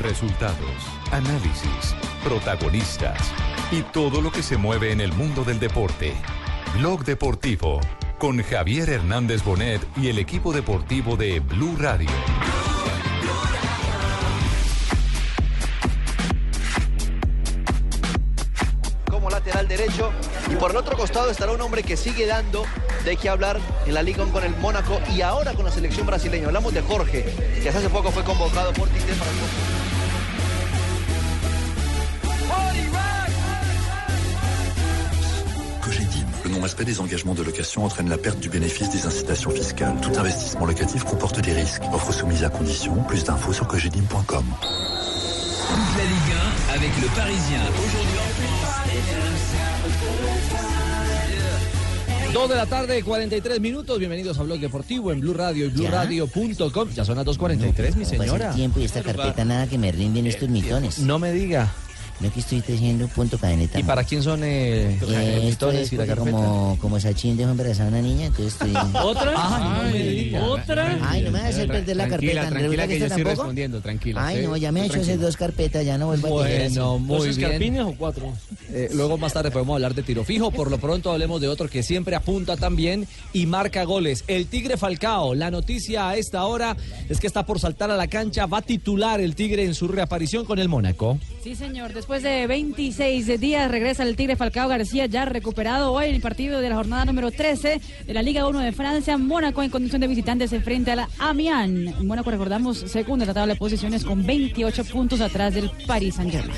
Resultados, análisis, protagonistas y todo lo que se mueve en el mundo del deporte. Blog Deportivo con Javier Hernández Bonet y el equipo deportivo de Blue Radio. Como lateral derecho y por el otro costado estará un hombre que sigue dando de qué hablar en la Liga con el Mónaco y ahora con la selección brasileña. Hablamos de Jorge, que hasta hace poco fue convocado por Tite para el Le non-respect des engagements de location entraîne la perte du bénéfice des incitations fiscales. Tout investissement locatif comporte des risques. Offre soumise à condition. Plus d'infos sur cogedim.com. Coupe la Ligue 1 avec le Parisien. Aujourd'hui en Dos de la tarde, 43 minutos. Bienvenidos a Blog Deportivo en Blue Radio y BlueRadio.com. Ya son las 2.43, mi Pues señora. el tiempo y esta carpeta nada que me rinden estos mitones. No me diga. No que estoy tejiendo punto cadeneta. ¿Y no. para quién son eh, Eh, los esto mitones es y la porque carpeta? como, como Sachin dejó embarazada a una niña, entonces estoy... ¿Otra? Ay, no me diga. ¿Otra? Ay, no me vas a hacer perder la carpeta, Tranquila, Andrés. tranquila, ¿verdad que esta yo estoy tampoco? respondiendo, tranquila. Ay, Sí, no, ya me ha hecho hacer tranquila. dos carpetas, ya no vuelvo a tejer así. Bueno, muy ¿Dos bien. escarpines o cuatro? Eh, luego más tarde podemos hablar de tiro fijo. Por lo pronto hablemos de otro que siempre apunta también y marca goles. El Tigre Falcao. La noticia a esta hora es que está por saltar a la cancha. Va a titular el Tigre en su reaparición con el Mónaco. Sí, señor. Después de 26 días regresa el Tigre Falcao García, ya recuperado hoy en el partido de la jornada número 13 de la Liga 1 de Francia. Mónaco en condición de visitantes se frente a la Amiens. Mónaco, recordamos, segundo en la tabla de posiciones con 28 puntos atrás del Paris Saint-Germain.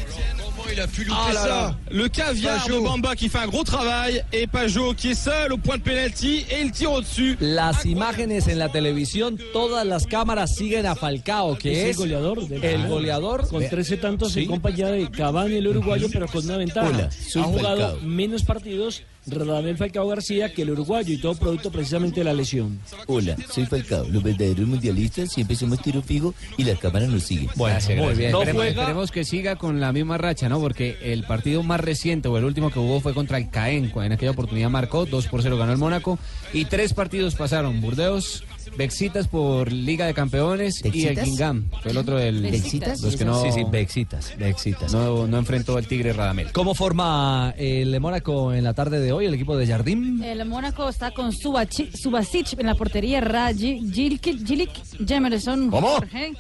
Il a pu louper ça. Ah Le caviar de Bamba qui fait un gros travail et Pajot qui est seul au point de pénalty et il tire au-dessus. Las imágenes en la televisión, todas las cámaras siguen a Falcao, Es que el es goleador del- el goleador. Con 13 tantos Sí. en compañía de Cavani, el uruguayo, pero con una ventaja. Hola, soy ha jugado Falcao. menos partidos Radamel Falcao García que el uruguayo y todo producto precisamente de la lesión. Hola, soy Falcao. Los verdaderos mundialistas siempre somos tiro fijo y las cámaras nos siguen. Bueno, muy bien. No Esperemos, juega. esperemos que siga con la misma racha, ¿no? Porque el partido más reciente o el último que hubo fue contra el Caen. En aquella oportunidad marcó 2 por 0 ganó el Mónaco. Y tres partidos pasaron: Burdeos, Bexitas por Liga de Campeones y el ¿Bexitas? Guingamp. Fue el otro del. ¿Bexitas? Los que no, Sí, sí, me excitas, me excitas. no, no enfrentó al Tigre Radamel. ¿Cómo forma eh, el Mónaco en la tarde de hoy, el equipo de Jardim? El Mónaco está con Subachi- Subasic en la portería, Raji, Gilic, Gilic, Jemerson, Jorge,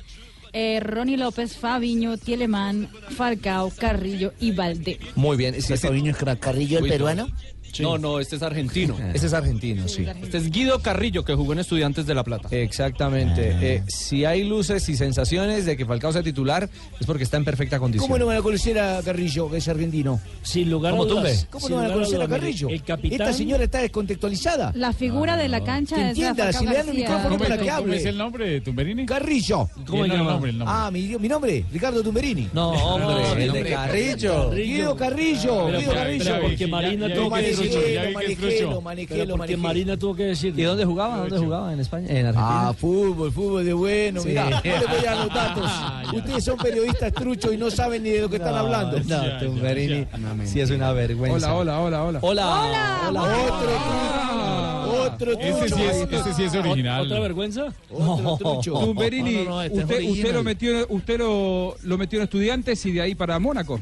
eh, Ronnie López, Fabiño, Tielemán, Falcao, Carrillo y Valdés. Muy bien. este sí, sí. Fabiño es crack. Carrillo, el Uy, peruano. No, no, este es argentino. Ese es argentino, sí. Este es Guido Carrillo que jugó en Estudiantes de La Plata. Exactamente. Eh, si hay luces y sensaciones de que Falcao sea titular, es porque está en perfecta condición. ¿Cómo no van a conocer a Carrillo, que es argentino? Sin lugar ¿Cómo a tú dudas. ves? ¿Cómo no sin van a lugar conocer a dudas, Carrillo? El capitán. Esta señora está descontextualizada. La figura de la Ah. Que cancha es la entienda, Falcao si le dan un García. micrófono para que ¿Cómo es el hable. nombre, Tumberini? Carrillo. ¿Cómo se llama? Ah, mi, mi nombre, Ricardo Tumberini. No, hombre, No, el de hombre. Carrillo. Ah, Guido Carrillo, Pero Guido espera, Carrillo. espera, porque Marina ya- tuvo Lo ya que vi que decirlo. ya manejé, vi lo que es manejé, trucho. lo manejé, lo porque manejé. Marina tuvo que decir. ¿Y dónde jugaba? ¿Dónde jugaba? ¿En España? ¿En Argentina? Ah, fútbol, fútbol de bueno, mirá, no le voy a dar los datos. Ustedes son periodistas truchos y no saben ni de lo que están hablando. No, Tumberini, sí es una vergüenza. Hola, hola, hola, hola. Hola. Hola. Otro trucho, otro Ese trucho. sí es, ese sí es original. ¿Otra vergüenza? Otro trucho. Tumberini, este usted, usted lo metió, usted lo, lo metió en estudiantes y de ahí para Mónaco.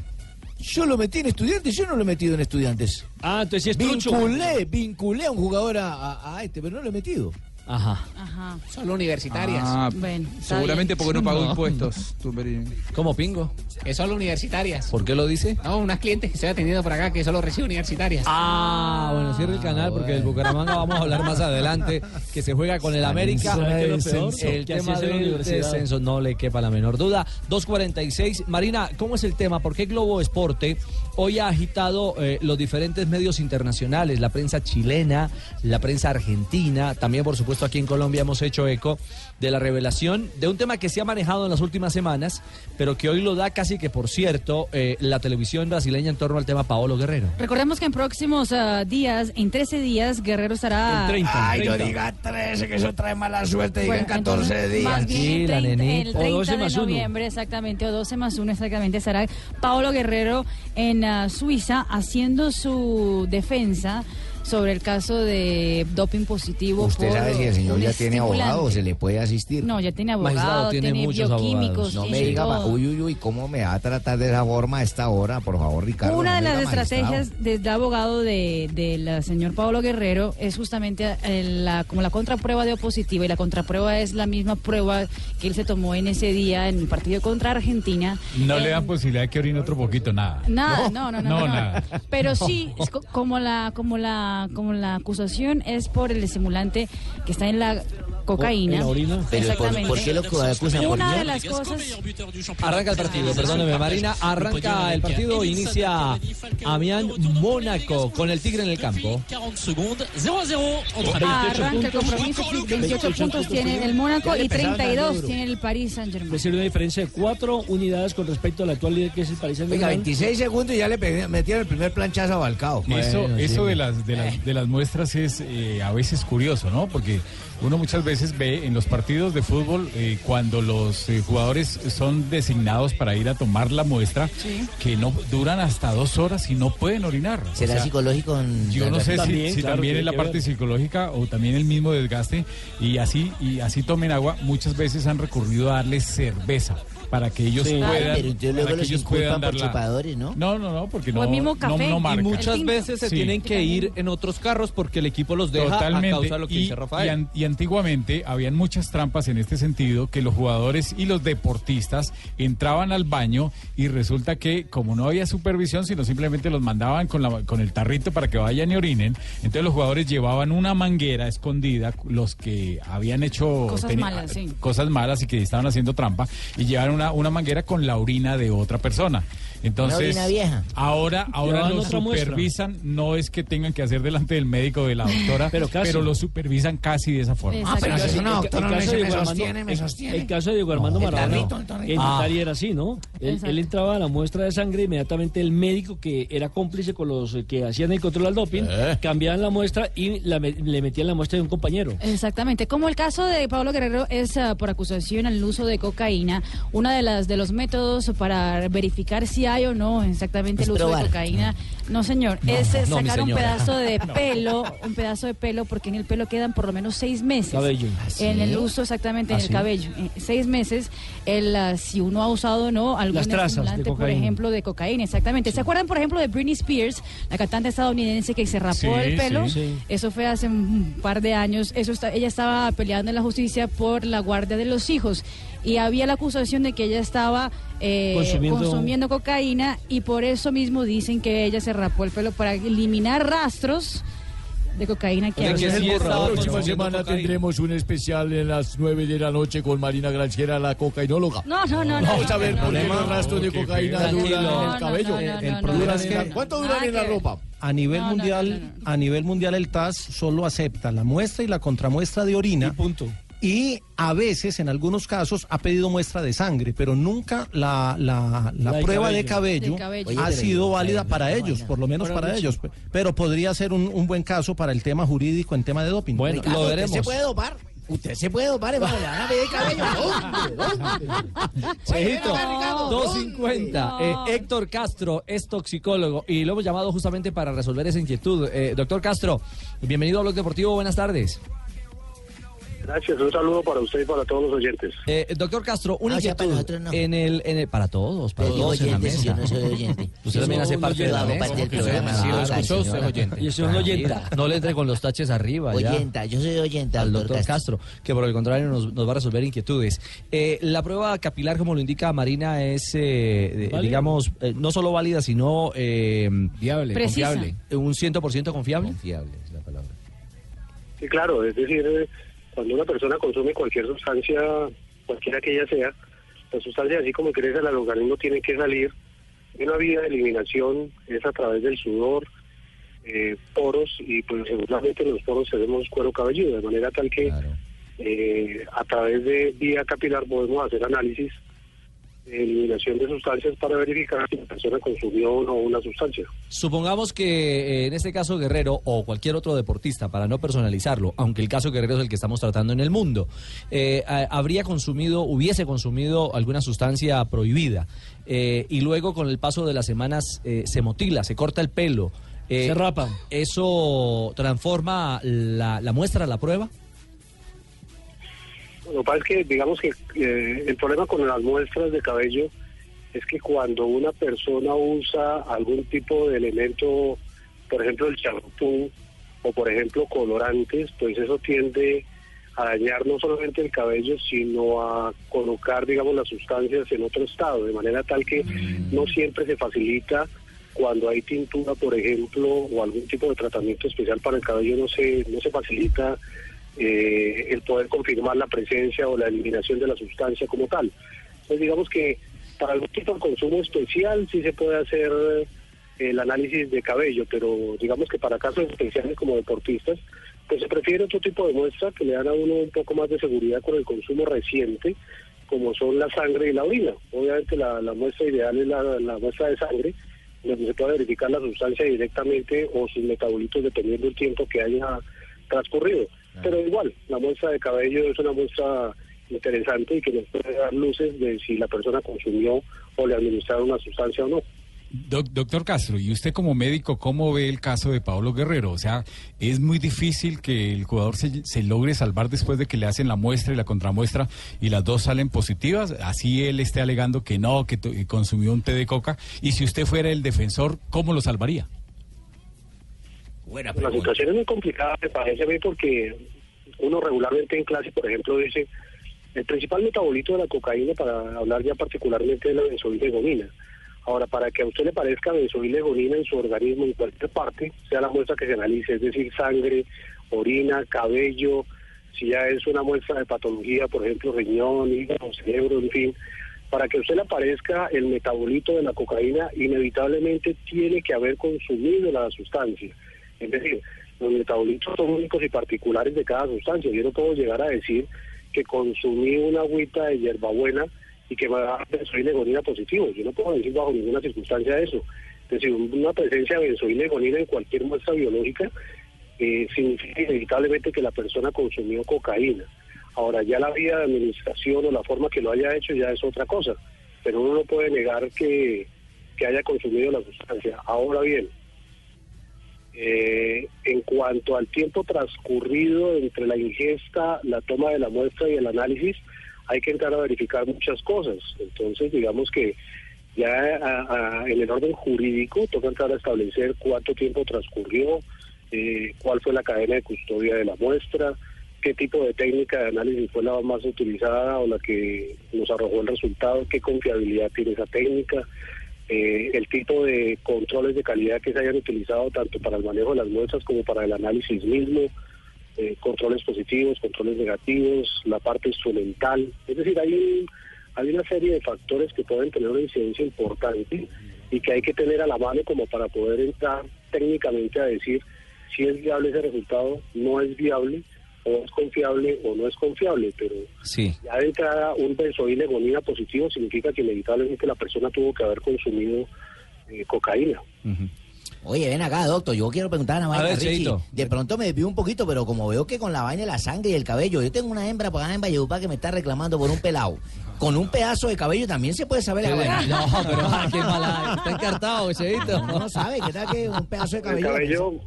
Yo lo metí en estudiantes, yo no lo he metido en estudiantes. Ah, entonces sí es trucho. Vinculé, vinculé a un jugador a, a- a este, pero no lo he metido. Ajá. Ah, Ajá. Solo universitarias. Ah, Bueno, está seguramente bien. porque no pagó impuestos, Tumberini. ¿Cómo pingo? Es solo universitarias. ¿Por qué lo dice? No, unas clientes que estoy atendiendo por acá que solo recibe universitarias. Ah, bueno, cierre el canal porque del Bucaramanga vamos a hablar más adelante que se juega con el América. ¿Sabe qué es lo peor? El Que tema así es en la del universidad. descenso no le quepa la menor duda. 2.46. Marina, ¿cómo es el tema? ¿Por qué Globo Esporte hoy ha agitado eh, los diferentes medios internacionales, la prensa chilena, la prensa argentina, también por supuesto aquí en Colombia hemos hecho eco de la revelación de un tema que se ha manejado en las últimas semanas, pero que hoy lo da casi que por cierto eh, la televisión brasileña en torno al tema Paolo Guerrero? Recordemos que en próximos ah, días, en 13 días, Guerrero estará... El 30. Ay, no diga 13, que eso trae mala suerte, Bueno, entonces, Más bien, Tranquila, el 30, nene. el O 12 30 de más uno. noviembre, exactamente, o 12 más 1 exactamente, estará Paolo Guerrero en ah, Suiza haciendo su defensa sobre el caso de doping positivo. Usted por sabe si el señor un ya tiene estimulante. abogado o se le puede asistir. No, ya tiene abogado, Magistrado, tiene tiene muchos bioquímicos, abogados. No sí, me sí, diga, todo. uy, uy, uy, ¿cómo me va a tratar de esa forma a esta hora? Por favor, Ricardo. Una no de me las diga magistrado. estrategias del abogado de, de la señor Pablo Guerrero es justamente eh, la, como la contraprueba de opositiva y la contraprueba es la misma prueba que él se tomó en ese día en el partido contra Argentina. No Eh, le dan posibilidad de que orine otro poquito, nada. Nada, no, no, no, no, no. nada. Pero sí, es co- como la, como la, como la acusación es por el estimulante que está en la cocaína. ¿En la orina? Pero, ¿por- Exactamente. por qué lo co- acusan? Y ¿Por una de miel? las cosas Arranca el partido, perdóneme Marina, arranca el partido, inicia Amián Mónaco con el Tigre en el campo. 40 secondes, 0-0 entre Arranca el compromiso, 28 puntos tiene el Mónaco y 32 tiene el París Es Saint-Germain. decir, una diferencia de cuatro unidades con respecto al actual líder que es el Paris Saint-Germain. Oiga, 26 segundos y ya le pe- metieron el primer planchazo a Balcao. Eso, eso de, las, de, las, de las muestras es eh, a veces curioso, ¿no? Porque uno muchas veces ve en los partidos de fútbol eh, cuando los eh, jugadores son designados para ir a tomar la muestra que no duran hasta dos horas y no pueden orinar. O ¿Será sea, psicológico? en- Yo no sé si- si, claro, también tiene en la que parte ver. psicológica o también el mismo desgaste y así y así tomen agua. Muchas veces han recurrido a darles cerveza para que ellos Ay, puedan, pero entonces para luego que los ellos inculpan puedan por dar la- chupadores, ¿no? No, no, no, porque no, el mismo no, no marca. y muchas veces se Sí. tienen que ir en otros carros porque el equipo los deja Totalmente. a causa de lo que y, dice Rafael. y an- y antiguamente habían muchas trampas en este sentido que los jugadores y los deportistas entraban al baño y resulta que como no había supervisión, sino simplemente los mandaban con, la- con el tarrito para que vayan y orinen, entonces los jugadores llevaban una manguera escondida, los que habían hecho Cosas teni- malas, sí. cosas malas y que estaban haciendo trampa, y llevaban una, una manguera con la orina de otra persona. Entonces, orina vieja. ahora, ahora Llevaban los otra muestra. supervisan supervisan, no es que tengan que hacer delante del médico o de la doctora, Pero pero, casi. lo supervisan casi de esa forma. Ah, Exacto. El caso de Diego Armando- el- El caso de Diego Armando el Maradona tarrito, el tarrito. en Ah. Italia era así, ¿no? Él, Exacto. él entraba a la muestra de sangre inmediatamente el médico que era cómplice con los eh, que hacían el control al doping cambiaban la muestra y la me- le metían la muestra de un compañero. Exactamente, como el caso de Pablo Guerrero es ah, por acusación al uso de cocaína, una de las de los métodos para verificar si hay o no exactamente Es el uso probar. de cocaína, no señor, No, es eh, no, mi sacar un señora. pedazo de pelo, un pedazo de pelo porque en el pelo quedan por lo menos seis meses. Cabello. ¿Ah, sí? En el uso exactamente en ¿Ah, el sí? cabello, Eh, seis meses. El ah, si uno ha usado o no algún Las trazas de estimulante, por cocaína. ejemplo de cocaína, exactamente. ¿Se acuerdan por ejemplo de Britney Spears, la cantante estadounidense que se rapó Sí, el sí, pelo? sí. Eso fue hace un par de años. Eso está- ella estaba peleando en la justicia por la guardia de los hijos y había la acusación de que ella estaba eh, Consumiendo- consumiendo... cocaína y por eso mismo dicen que ella se rapó el pelo para eliminar rastros de cocaína que La había. próxima semana tendremos un especial en las 9 de la noche con Marina Granciera, la cocainóloga. No, no, no, no, Vamos a no, ver no, por qué no, los rastros de cocaína Tranquilo. duran en No, el no, cabello. no, no, El no, problema no, es no, que- no, no. ¿Cuánto Nada duran en la que ver. ropa? A nivel mundial, a nivel mundial el TAS solo acepta la muestra y la contramuestra de orina. Y punto. Y a veces, en algunos casos, ha pedido muestra de sangre, pero nunca la, la- la La de prueba de cabello, cabello. Del cabello. ha Oye, pero sido el válida cabello para es una ellos, vaina. por lo menos Ahora para mucho. ellos. pues. Pero podría ser un, un buen caso para el tema jurídico en tema de doping. Bueno, Ricardo, Usted se puede dopar. Usted se puede dopar, hermano. Le van a pedir cabello. ¿Dónde? ¿Dónde? Cheito, Oye, ven acá, Ricardo, ¿dónde? 250. Eh, Héctor Castro es toxicólogo y lo hemos llamado justamente para resolver esa inquietud. Eh, doctor Castro, bienvenido a Blog Deportivo, buenas tardes. Gracias, un saludo para usted y para todos los oyentes. Eh, doctor Castro, una Ah, ya para inquietud en, el, en el- para todos, para Yo digo todos en la oyentes, mesa. yo no soy oyente. Usted Yo también soy hace un parte de oyente, la hago mesa. parte del programa. Si lo Ah, escuchó, señora. usted es oyente. Yo soy un oyenta. No le entre con los taches arriba. ya. Oyenta, yo soy oyenta. al doctor Castro, que por el contrario nos, nos va a resolver inquietudes. Eh, la prueba capilar, como lo indica Marina, es, eh, de- Válida. digamos, eh, no solo válida, sino... Viable, Precisa. confiable. ¿Un 100% confiable? Confiable es la palabra. Sí, claro, es decir, eh, cuando una persona consume cualquier sustancia, cualquiera que ella sea, la sustancia así como ingresa al organismo tiene que salir. Una vía de eliminación es a través del sudor, eh, poros, y pues regularmente en los poros tenemos cuero cabelludo, de manera tal que eh, a través de vía capilar podemos hacer análisis de eliminación de sustancias para verificar si la persona consumió o no una sustancia. Supongamos que eh, en este caso Guerrero o cualquier otro deportista, para no personalizarlo, aunque el caso Guerrero es el que estamos tratando en el mundo, eh, a- habría consumido, hubiese consumido alguna sustancia prohibida eh, y luego con el paso de las semanas eh, se motila, se corta el pelo. Se rapa. ¿Eso transforma la, la muestra, la prueba? Lo que pasa es que, digamos que eh, el problema con las muestras de cabello es que cuando una persona usa algún tipo de elemento, por ejemplo el champú o por ejemplo colorantes, pues eso tiende a dañar no solamente el cabello, sino a colocar, digamos, las sustancias en otro estado, de manera tal que no siempre se facilita cuando hay tintura, por ejemplo, o algún tipo de tratamiento especial para el cabello, no se, no se facilita eh, el poder confirmar la presencia o la eliminación de la sustancia como tal. Entonces, digamos que para algún tipo de consumo especial sí se puede hacer eh, el análisis de cabello, pero digamos que para casos especiales como deportistas, pues se prefiere otro tipo de muestra que le dan a uno un poco más de seguridad con el consumo reciente, como son la sangre y la orina. Obviamente la, la muestra ideal es la, la muestra de sangre, donde se puede verificar la sustancia directamente o sus metabolitos dependiendo del tiempo que haya transcurrido. Pero igual, la muestra de cabello es una muestra interesante y que nos puede dar luces de si la persona consumió o le administraron una sustancia o no. Doc- doctor Castro, y usted como médico, ¿cómo ve el caso de Pablo Guerrero? O sea, es muy difícil que el jugador se, se logre salvar después de que le hacen la muestra y la contramuestra y las dos salen positivas. Así él esté alegando que no, que, tu- que consumió un té de coca. Y si usted fuera el defensor, ¿cómo lo salvaría? la situación es muy complicada, me parece a mí, porque uno regularmente en clase, por ejemplo, dice, el principal metabolito de la cocaína, para hablar ya particularmente de la benzoilegonina. Ahora, para que a usted le parezca benzoilegonina en su organismo, en cualquier parte, sea la muestra que se analice, es decir, sangre, orina, cabello, si ya es una muestra de patología, por ejemplo, riñón, hígado, cerebro, en fin, para que a usted le aparezca el metabolito de la cocaína, inevitablemente tiene que haber consumido la sustancia. Es decir, los metabolitos son únicos y particulares de cada sustancia. Yo no puedo llegar a decir que consumí una agüita de hierbabuena y que me da benzoilegonina positivo. Yo no puedo decir bajo ninguna circunstancia eso. Es decir, una presencia de benzoilegonina en cualquier muestra biológica eh, significa inevitablemente que la persona consumió cocaína. Ahora, ya la vía de administración o la forma que lo haya hecho ya es otra cosa, pero uno no puede negar que, que haya consumido la sustancia. Ahora bien, eh, en cuanto al tiempo transcurrido entre la ingesta, la toma de la muestra y el análisis, hay que entrar a verificar muchas cosas. Entonces, digamos que ya a- a- en el orden jurídico toca entrar a establecer cuánto tiempo transcurrió, eh, cuál fue la cadena de custodia de la muestra, qué tipo de técnica de análisis fue la más utilizada o la que nos arrojó el resultado, qué confiabilidad tiene esa técnica, eh, el tipo de controles de calidad que se hayan utilizado tanto para el manejo de las muestras como para el análisis mismo, eh, controles positivos, controles negativos, la parte instrumental. Es decir, hay, un- hay una serie de factores que pueden tener una incidencia importante y que hay que tener a la mano como para poder entrar técnicamente a decir si es viable ese resultado, no es viable, o es confiable o no es confiable, pero Sí. ya de entrada, un benzoilegonina positivo significa que inevitablemente la persona tuvo que haber consumido eh, cocaína. Oye, ven acá, doctor. Yo quiero preguntar a Ana A María ver, Cheito. De pronto me desvío un poquito, pero como veo que con la vaina de la sangre y el cabello, yo tengo una hembra pagada en Valledupar que me está reclamando por un pelado. Con un pedazo de cabello también se puede saber la vaina. No, pero ah, qué mala. Está encartado, Cheito. No sabe, ¿qué tal que un pedazo de Con el cabello? cabello,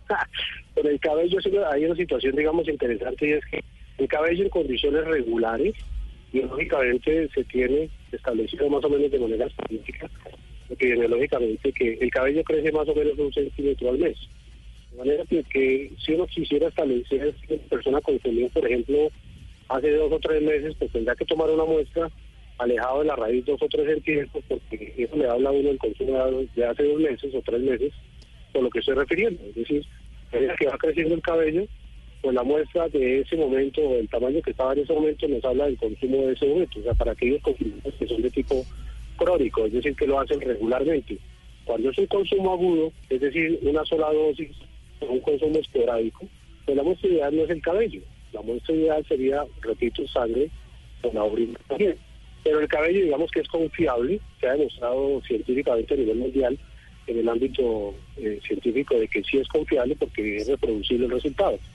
con el cabello sí, hay una situación, digamos, interesante y es que el cabello en condiciones regulares, biológicamente se tiene establecido más o menos de manera específica, epidemiológicamente, que el cabello crece más o menos un centímetro al mes. De manera que, que si uno quisiera establecer si una persona consumió, por ejemplo, hace dos o tres meses, pues tendrá que tomar una muestra alejado de la raíz dos o tres centímetros, porque eso le habla a uno del consumo de- de hace dos meses o tres meses, por lo que estoy refiriendo. Es decir, a medida que va creciendo el cabello, pues la muestra de ese momento, o el tamaño que estaba en ese momento, nos habla del consumo de ese momento. O sea, para aquellos consumidores que son de tipo crónico, es decir, que lo hacen regularmente. Cuando es un consumo agudo, es decir, una sola dosis, o un consumo esporádico, pues la muestra ideal no es el cabello. La muestra ideal sería, repito, sangre con la orina también. Pero el cabello, digamos que es confiable, se ha demostrado científicamente a nivel mundial en el ámbito eh, científico de que sí es confiable porque es reproducible el resultado. Ah.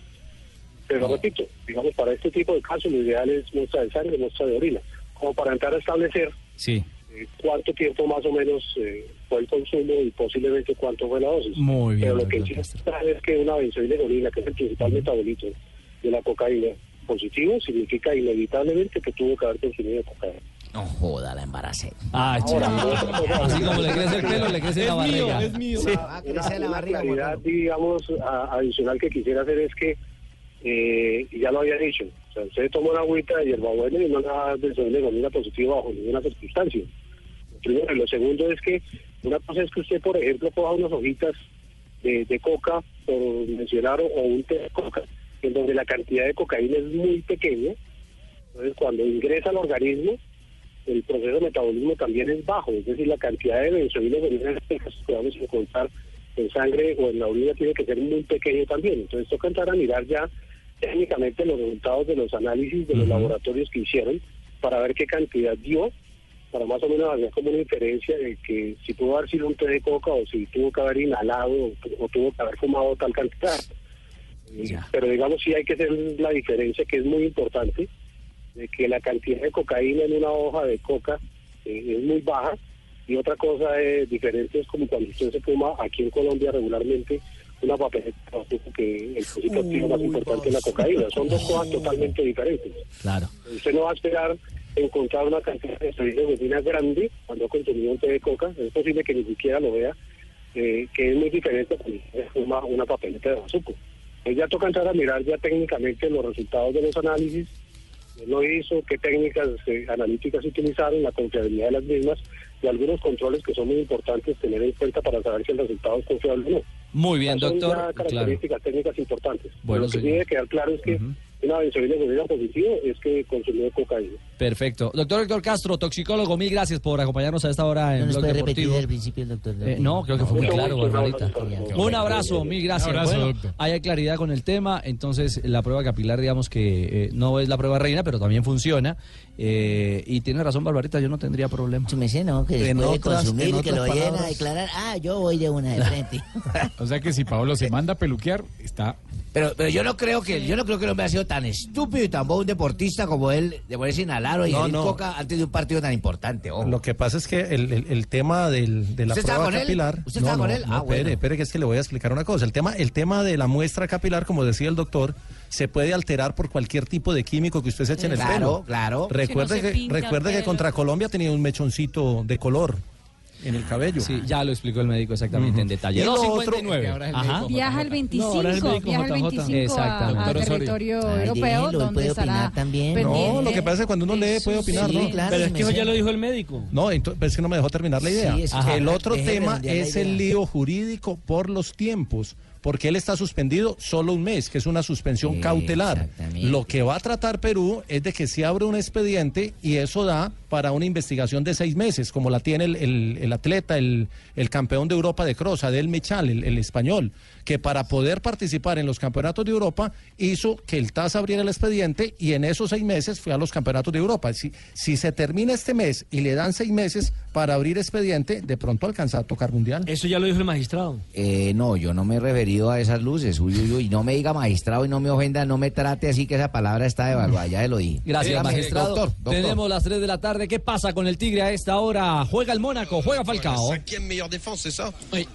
Pero repito, digamos, para este tipo de casos lo ideal es muestra de sangre, muestra de orina, como para entrar a establecer Sí. eh, eh, cuánto tiempo más o menos eh, fue el consumo y posiblemente cuánto fue la dosis. Muy bien, Pero lo que doctor sí está es que una benzoilegonina, que es el principal metabolito de la cocaína, positivo significa inevitablemente que tuvo que haber consumido cocaína. No joda, la embaracé. Ah, Ahora, Así como le crece el pelo, le crece la barriga. Sí. crecer Ah, la Una barriga, claridad, digamos, a- adicional que quisiera hacer es que, eh, y ya lo había dicho, o sea, usted toma una agüita de hierbabuena y no le va a dar benzoilegonina positiva bajo ninguna circunstancia. Lo primero. Y lo segundo es que una cosa es que usted, por ejemplo, coja unas hojitas de, de coca, por mencionar, o, o un té de coca, en donde la cantidad de cocaína es muy pequeña. Entonces, cuando ingresa al organismo, el proceso de metabolismo también es bajo, es decir, la cantidad de benzoilegonina que vamos a encontrar en sangre o en la orina tiene que ser muy pequeño también. Entonces toca entrar a mirar ya técnicamente los resultados de los análisis de los laboratorios que hicieron para ver qué cantidad dio, para más o menos hacer como una diferencia de que si pudo haber sido un té de coca o si tuvo que haber inhalado o, tu- o tuvo que haber fumado tal cantidad. Y- Pero digamos sí hay que hacer la diferencia que es muy importante de que la cantidad de cocaína en una hoja de coca eh, es muy baja y otra cosa eh, diferente es como cuando usted se fuma aquí en Colombia regularmente una papeleta de tabaco que el principio activo más importante es la cocaína. Son dos cosas totalmente diferentes. Claro. Usted no va a esperar encontrar una cantidad de estrellas grande cuando ha consumido un té de coca. Es posible que ni siquiera lo vea, eh, que es muy diferente cuando usted fuma una papeleta de bazuco. Pues ya toca entrar a mirar ya técnicamente los resultados de los análisis, quién lo hizo, qué técnicas eh, analíticas se utilizaron, la confiabilidad de las mismas y algunos controles que son muy importantes tener en cuenta para saber si el resultado es confiable o no. Muy bien, Son doctor, ya características técnicas importantes. Bueno, lo que señor. tiene que quedar claro es que una benzoilegonina positiva es que consumió cocaína. Perfecto. Doctor Héctor Castro, toxicólogo, mil gracias por acompañarnos a esta hora en No nos Blog puede repetir Deportivo. el principio el doctor. Eh, no, creo que fue muy claro, Barbarita. Un abrazo, mil gracias. Un abrazo, Bueno, ahí hay claridad con el tema, entonces la prueba capilar, digamos que eh, no es la prueba reina, pero también funciona. Eh, y tiene razón, Barbarita, yo no tendría problema. me no, que después de consumir y que lo vayan a declarar, ah, yo voy de una de frente. O sea que si Paolo se manda a peluquear, está. Pero, pero yo no creo que yo no creo que el hombre ha sido tan estúpido y tan bobo un deportista como él de ponerse a inhalar o No, ingerir no. coca antes de un partido tan importante. ojo. Lo que pasa es que el, el- el tema del, de la ¿Usted estaba prueba con él? capilar. ¿Usted estaba No, con no, él? no, Ah, espere, bueno. espere, que es que le voy a explicar una cosa. El tema, el tema de la muestra capilar, como decía el doctor, se puede alterar por cualquier tipo de químico que usted se eche en el Claro, pelo. claro. Recuerde Si no se que, pinta el recuerde que pelo. contra Colombia tenía un mechoncito de color en el cabello. Sí, ya lo explicó el médico exactamente en detalle. Y lo otro- 2.59. Ajá. Viaja el 25, ahora es el médico viaja el JJ. 25 a- al Exactamente. territorio Ay, europeo, déjelo, donde puede estará opinar Pues también. No, eh, lo que pasa es que cuando uno lee puede opinar, Sí, ¿no? claro, Pero es que eso ya lo dijo el médico. No, entonces, pero es que no me dejó terminar la Sí, idea. es que- Ajá. el otro Déjeme tema redondear la es idea. el lío jurídico por los tiempos, porque él está suspendido solo un mes, que es una suspensión cautelar. Lo que va a tratar Perú es de que se abre un expediente y eso da para una investigación de seis meses, como la tiene el, el- el atleta, el, el campeón de Europa de cross, Adel Mechal, el, el español, que para poder participar en los campeonatos de Europa hizo que el TAS abriera el expediente y en esos seis meses fue a los campeonatos de Europa. Si, si se termina este mes y le dan seis meses para abrir expediente, de pronto alcanza a tocar mundial. Eso ya lo dijo el magistrado. Eh, no, yo no me he referido a esas luces. Uy, uy, uy, no me diga magistrado y no me ofenda, no me trate así que esa palabra está devaluada, ya lo dije. Gracias, Dígame, magistrado. doctor, doctor. Tenemos las 3 de la tarde. ¿Qué pasa con el Tigre a esta hora? Juega el Mónaco, juega Falcao. La cinquième meilleure défense, c'est ça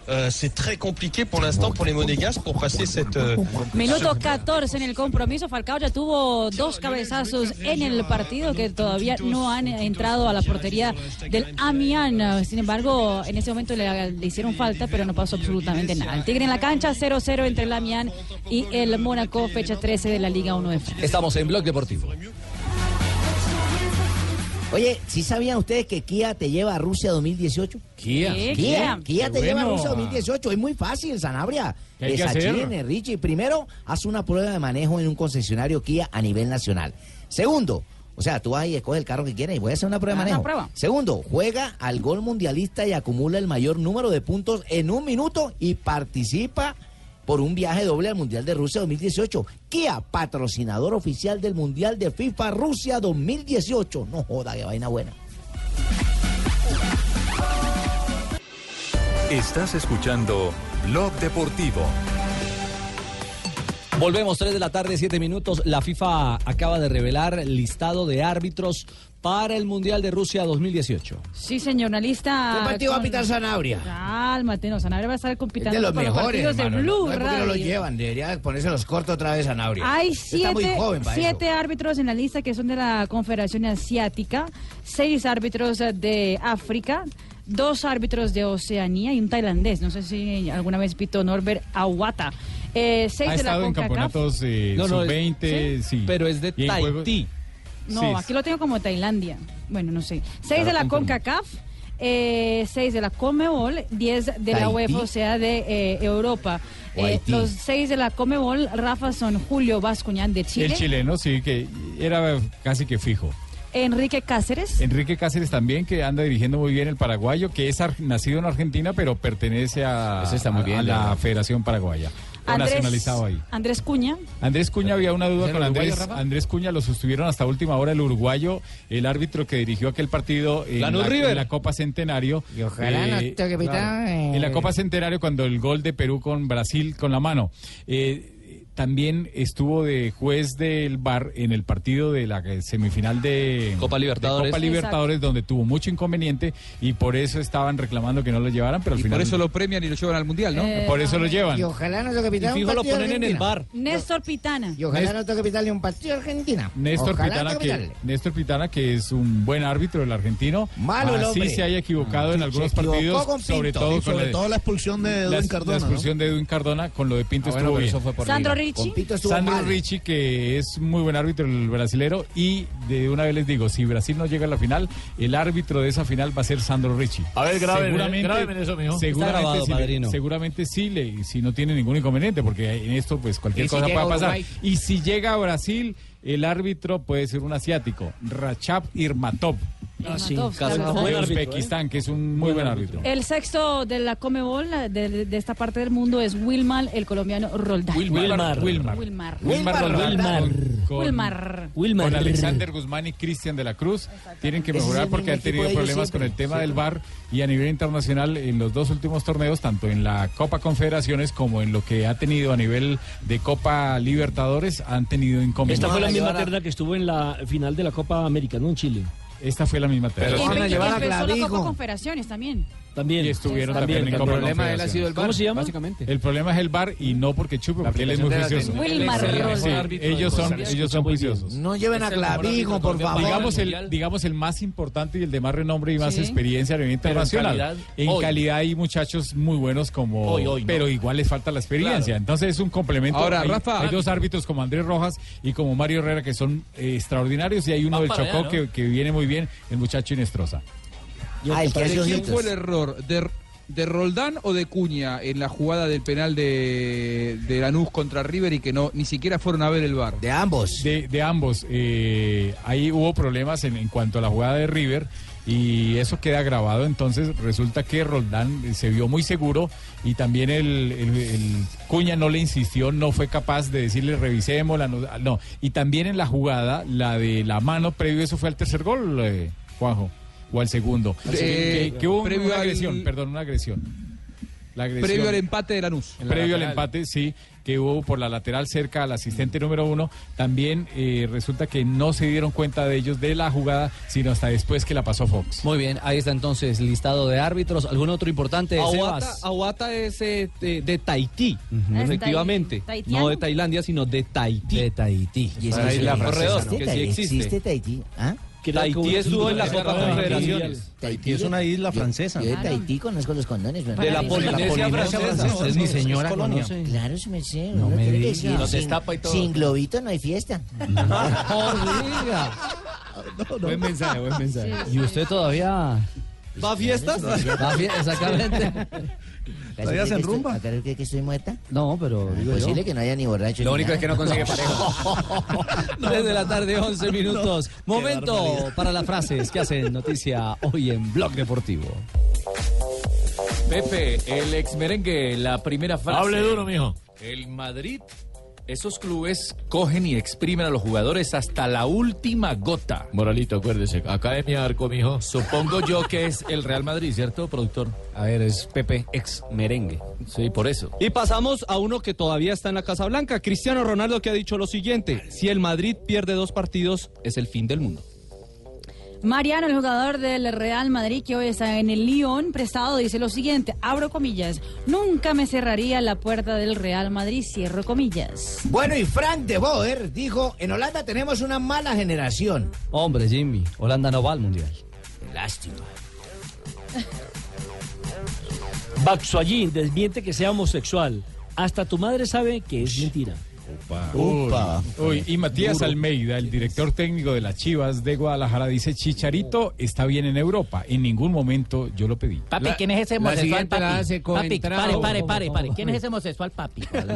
Euh, C'est très compliqué pour l'instant pour les Monégasques pour passer cette. euh, Minuto 14 en el compromiso. Falcao ya tuvo dos cabezazos en el partido que todavía no han entrado a la portería del Amián. Sin embargo, en ese momento le, le hicieron falta, pero no pasó absolutamente nada. El Tigre en la cancha, 0-0 entre el Amián y el Mónaco, fecha 13 de la Liga 1 de Francia. Estamos en Blog Deportivo. Oye, ¿sí sabían ustedes que Kia te lleva a Rusia 2018? Kia. Kia, ¿Qué? Kia, Qué te lleva a bueno. Rusia 2018. Es muy fácil, Sanabria. ¿Qué hay que hacer? Sachine, Eh, Richie. Primero, haz una prueba de manejo en un concesionario Kia a nivel nacional. Segundo, o sea, tú vas y escoges el carro que quieras y voy a hacer una prueba de Ah, manejo. una prueba. Segundo, juega al gol mundialista y acumula el mayor número de puntos en un minuto y participa por un viaje doble al Mundial de Rusia 2018. Kia, patrocinador oficial del Mundial de FIFA Rusia 2018. No joda, qué vaina buena. Estás escuchando Blog Deportivo. Volvemos, 3 de la tarde, 7 minutos. La FIFA acaba de revelar el listado de árbitros para el Mundial de Rusia 2018. Sí, señor, una lista. ¿Qué partido va a pitar Sanabria? Cálmate, no, Sanabria va a estar compitiendo de los por mejores. los partidos hermano, de Blue no, sé por qué no lo Radio. llevan, debería ponerse los cortos otra vez a Nabria. Hay Está muy siete, joven para siete árbitros en la lista que son de la Confederación Asiática, seis árbitros de África, dos árbitros de Oceanía y un tailandés. No sé si alguna vez pito Norbert Awata. Eh, seis Ha de la estado en CONCACAF. campeonatos eh, No, no, es- sub-20, sí, Pero es de Tahití. No, Sí, aquí lo tengo como Tailandia. Bueno, no sé. Seis Claro, de la confirmo. CONCACAF, eh, seis de la CONMEBOL, diez de la Tahití. UEFA, o sea, de eh, Europa. O Eh, Haití. los seis de la CONMEBOL, Rafa son Julio Bascuñán de Chile, El chileno, sí, que era casi que fijo. Enrique Cáceres, Enrique Cáceres también, que anda dirigiendo muy bien el paraguayo, que es ar- nacido en Argentina, pero pertenece a, a- a la Federación Paraguaya. O Andrés, nacionalizado ahí. Andrés Cuña, Andrés Cuña había una ¿Es duda el con uruguayo, Andrés. Rafa? Andrés Cuña lo sostuvieron hasta última hora el uruguayo, el árbitro que dirigió aquel partido en, Lanús la, River. en la Copa Centenario. ojalá no te capitán, eh. En la Copa Centenario cuando el gol de Perú con Brasil con la mano. Eh, también estuvo de juez del VAR en el partido de la eh, semifinal de Copa Libertadores. de Copa Libertadores donde tuvo mucho inconveniente y por eso estaban reclamando que no lo llevaran, pero al Y final por eso lo premian y lo llevan al mundial, ¿no? Eh, por eso lo llevan. Y ojalá no te capitán. Y fijo un lo partido ponen en Argentina. el bar. Néstor Pitana. Y ojalá no te capitán un partido Argentina. Néstor Ojalá Pitana, no que, capitarle. Néstor Pitana, que es un buen árbitro del argentino. Malo el así hombre. se haya equivocado en algunos equivocó partidos, con sobre Pinto. todo Sí, con sobre todo la expulsión de Edwin la- Cardona, La expulsión de Edwin Cardona con lo de Pinto Ah, bueno, estuvo pero bien. eso fue por Sandro Liga. Ricci. Con Pinto estuvo Sandro mal. Ricci, que es muy buen árbitro el brasilero. Y de una vez les digo, si Brasil no llega a la final, el árbitro de esa final va a ser Sandro Ricci. A ver, graben, seguramente, graben eso, mijo. Está Seguramente, grabado, si, le- padrino. seguramente sí le, si no tiene ningún inconveniente, porque en esto pues cualquier Y si cosa llega puede pasar. Uruguay. Y si llega a Brasil, el árbitro puede ser un asiático, Rachab Irmatov. Ah, sí. Irmatov, De claro. Buen árbitro, Uzbekistán, que es un muy buen árbitro. el sexto de la Comebol eh, de, de esta parte del mundo es Wilmar, el colombiano Roldán. Wilmar. Wilmar. Wilmar. Wilmar Roldán Wilmar. con- con- Wilmar. Con Alexander Guzmán y Cristian de la Cruz tienen que Ese es mejorar el porque mismo han equipo tenido de ellos problemas con el siempre, tema del VAR y a nivel internacional en los dos últimos torneos, tanto en la Copa Confederaciones como en lo que ha tenido a nivel de Copa Libertadores, han tenido inconvenientes. Esta fue la misma terna que estuvo en la final de la Copa América, ¿no? En Chile. Esta fue la misma terna. Pero van a llevar a Empezó la Copa Clavijo. Confederaciones también. También. Y estuvieron también, en el Copa problema de él ha Confederaciones. sido el VAr, ¿Cómo se llama? básicamente. El problema es el VAR y no porque chupe, porque él es muy aplicación de juicioso. la técnica. Wilmar Sí, Roldán. sí, Árbitro de ellos son, Colombia. ellos son juiciosos. No lleven a Clavijo, por favor. Digamos el, digamos el más importante y el de más renombre y más Sí. experiencia a nivel Pero en internacional. calidad, en hoy. calidad hay muchachos muy buenos como... Hoy, hoy, ¿no? Pero igual les falta la experiencia. Claro. Entonces es un complemento. Ahora, hay, Rafa- Hay dos árbitros como Andrés Rojas y como Mario Herrera que son eh, extraordinarios y hay uno Van del para Chocó allá, ¿no? que, que viene muy bien, el muchacho Inestrosa. Ah, ¿De quién fue el error? ¿De, de Roldán o de Cuña en la jugada del penal de, de Lanús contra River y que no ni siquiera fueron a ver el bar? De ambos. De, de ambos. Eh, ahí hubo problemas en, en cuanto a la jugada de River y eso queda grabado. Entonces resulta que Roldán eh, se vio muy seguro y también el, el- el Cuña no le insistió, no fue capaz de decirle revisémosla. No, no. Y también en la jugada, la de la mano previo, eso fue al tercer gol, eh, Juanjo, o al segundo. Eh, que, que- que hubo previo una al- agresión, perdón, una agresión. La agresión. Previo al empate de Lanús. Previo al empate, sí, que hubo por la lateral cerca al asistente número uno. También eh, resulta que no se dieron cuenta de ellos de la jugada, sino hasta después que la pasó Fox. Muy bien, ahí está entonces listado de árbitros. ¿Algún otro importante? Aguata, Sebas? Aguata es eh, de, de Tahití, Ah, es efectivamente. Tahití. No de Tailandia, sino de Tahití. De Tahití. Y esa es la corredor, que sí existe. ¿Existe Tahití? ¿Ah? Tahití estuvo en la Copa Confederaciones. Tahití es una isla francesa. Yo de Tahití conozco los condones. ¿verdad? De la Polinesia francesa. Es mi señora colonia. conoce. Claro, su merced. No uno me tiene que diga. decir, Los sin- destapa y todo. Sin globito no hay fiesta. Ah, Buen mensaje, buen mensaje. ¿Y usted todavía ¿Va a fiestas? va bien? Pues, Exactamente. ¿Todavía se enrumba? ¿Acaso cree que estoy muerta? No, pero digo yo. Posible que no haya ni borracho. Lo único es que no consigue pareja. 3 de la tarde, 11 minutos. Momento para las frases que hacen noticia hoy en Blog Deportivo. Pepe, el ex merengue, la primera frase. Hable duro, mijo. El Madrid Esos clubes cogen y exprimen a los jugadores hasta la última gota. Moralito, acuérdese, Academia Arco, mijo. Supongo yo que es el Real Madrid, ¿cierto, productor? A ver, es Pepe, ex merengue. Sí, por eso. Y pasamos a uno que todavía está en la Casa Blanca, Cristiano Ronaldo, que ha dicho lo siguiente: si el Madrid pierde dos partidos, es el fin del mundo. Mariano, el jugador del Real Madrid que hoy está en el Lyon prestado, dice lo siguiente, abro comillas, nunca me cerraría la puerta del Real Madrid, cierro comillas. Bueno, y Frank de Boer dijo, en Holanda tenemos una mala generación. Hombre, Jimmy, Holanda no va al mundial. Lástima. Baxuallín desmiente que sea homosexual. Hasta tu madre sabe que es mentira. Upa. Uy, y Matías Almeida, el director técnico de las Chivas de Guadalajara, dice, Chicharito está bien en Europa. En ningún momento yo lo pedí. Papi, La- ¿quién es ese la homosexual, siguiente papi? la hace con papi, pare, Trao. pare, pare, pare. ¿Quién es ese homosexual, papi? El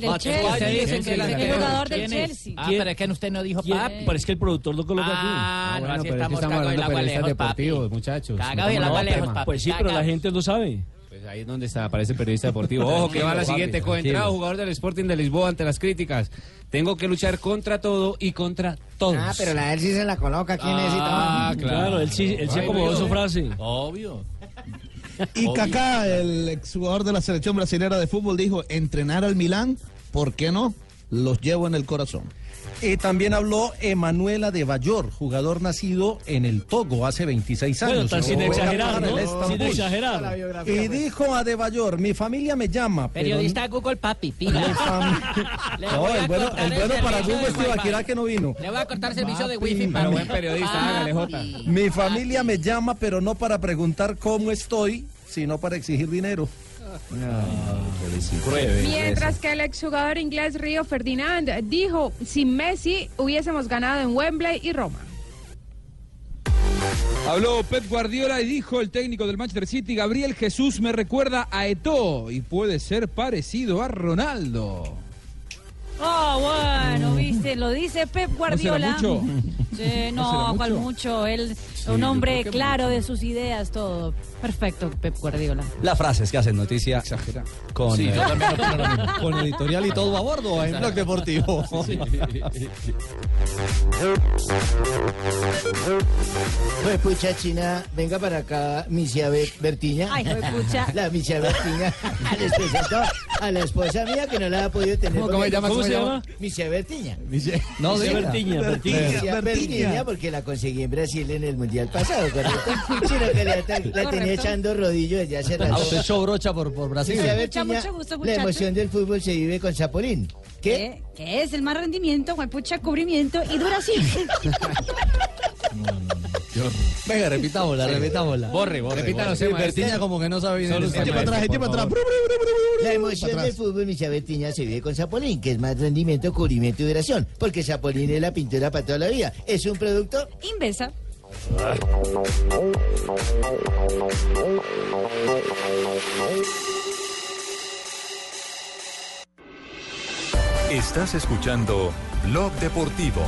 del Chelsea. El jugador del Chelsea. Ah, pero es que usted no dijo ¿Quién? papi. Pero es que el productor lo coloca Ah, aquí. no, así pero estamos cagados en la agua periodistas lejos, papi. deportivos, muchachos. Cagados en la agua lejos, papi, Pues sí, pero la cagados. gente lo sabe. Pues ahí es donde está, aparece el periodista deportivo. Ojo, que va la Tranquilo, siguiente. papi, Coentrado, tranquilo. jugador del Sporting de Lisboa, ante las críticas. Tengo que luchar contra todo y contra todos. Ah, pero la de él sí se la coloca, ¿quién Ah, necesitaba? claro. Claro, él sí, él sí Ay, acomodó Dios. su frase. Obvio. Y Kaká, el exjugador de la selección brasilera de fútbol, dijo, entrenar al Milán, ¿por qué no? Los llevo en el corazón. Y también habló Emanuela de Bayor, jugador nacido en el Togo hace 26 años. Bueno, tan sin Fue exagerar, campeón ¿no? del Estambul. Sin exagerar. Y dijo a de Bayor, mi familia me llama. pero Periodista Google, papi, pida. Le No, voy a el bueno, cortar el bueno el para servicio Google de es Tibaquirá Wi-Fi. que no vino. Le voy a cortar servicio de wifi, Pero papi. buen periodista, hágale, Jota. Mi familia me llama, pero no para preguntar cómo estoy, sino para exigir dinero. Mientras que el exjugador inglés Río Ferdinand dijo, sin Messi hubiésemos ganado en Wembley y Roma. Habló Pep Guardiola y dijo el técnico del Manchester City, Gabriel Jesús me recuerda a Eto'o y puede ser parecido a Ronaldo. Oh, bueno, viste, lo dice Pep Guardiola. será mucho? Sí, ¿No será no, mucho? cual mucho. Él, yo un creo hombre que claro de sus ideas, todo. Perfecto, Pep Guardiola. Las frases que hacen noticia. Con, Sí, eh, yo también opino lo con editorial y todo a bordo en Blog Deportivo. Pues pucha china, venga para acá, misia Be- Bertiña. Ay, juepucha. La misia Bertiña. Les presento a la esposa mía que no la ha podido tener. ¿Cómo- cómo porque- se llama? ¿Cómo se llama? Misia Bertiña. No, Misia diga. Bertiña, Bertiña. Misia Bertiña. Bertiña, porque la conseguí en Brasil en el mundial pasado, correcto. Sino que la, la tenía echando rodillo desde hace rato. A usted echó brocha por, por Brasil. Misia Mucho, Bertiña, mucho gusto, la muchacho. emoción del fútbol se vive con Zapolín. ¿Qué? Que es el más rendimiento, juepucha, cubrimiento y duración. Venga, repitámosla, repitámosla. Borre, borre. Repítalo, borre. Sema. Bertiña como que no sabe bien el español, por favor. La pa' emoción atrás. del fútbol, mi Bertiña, se vive con Zapolín, que es más rendimiento, cubrimiento y duración. Porque Zapolín es la pintura para toda la vida. Es un producto inversa. Estás escuchando Blog Deportivo.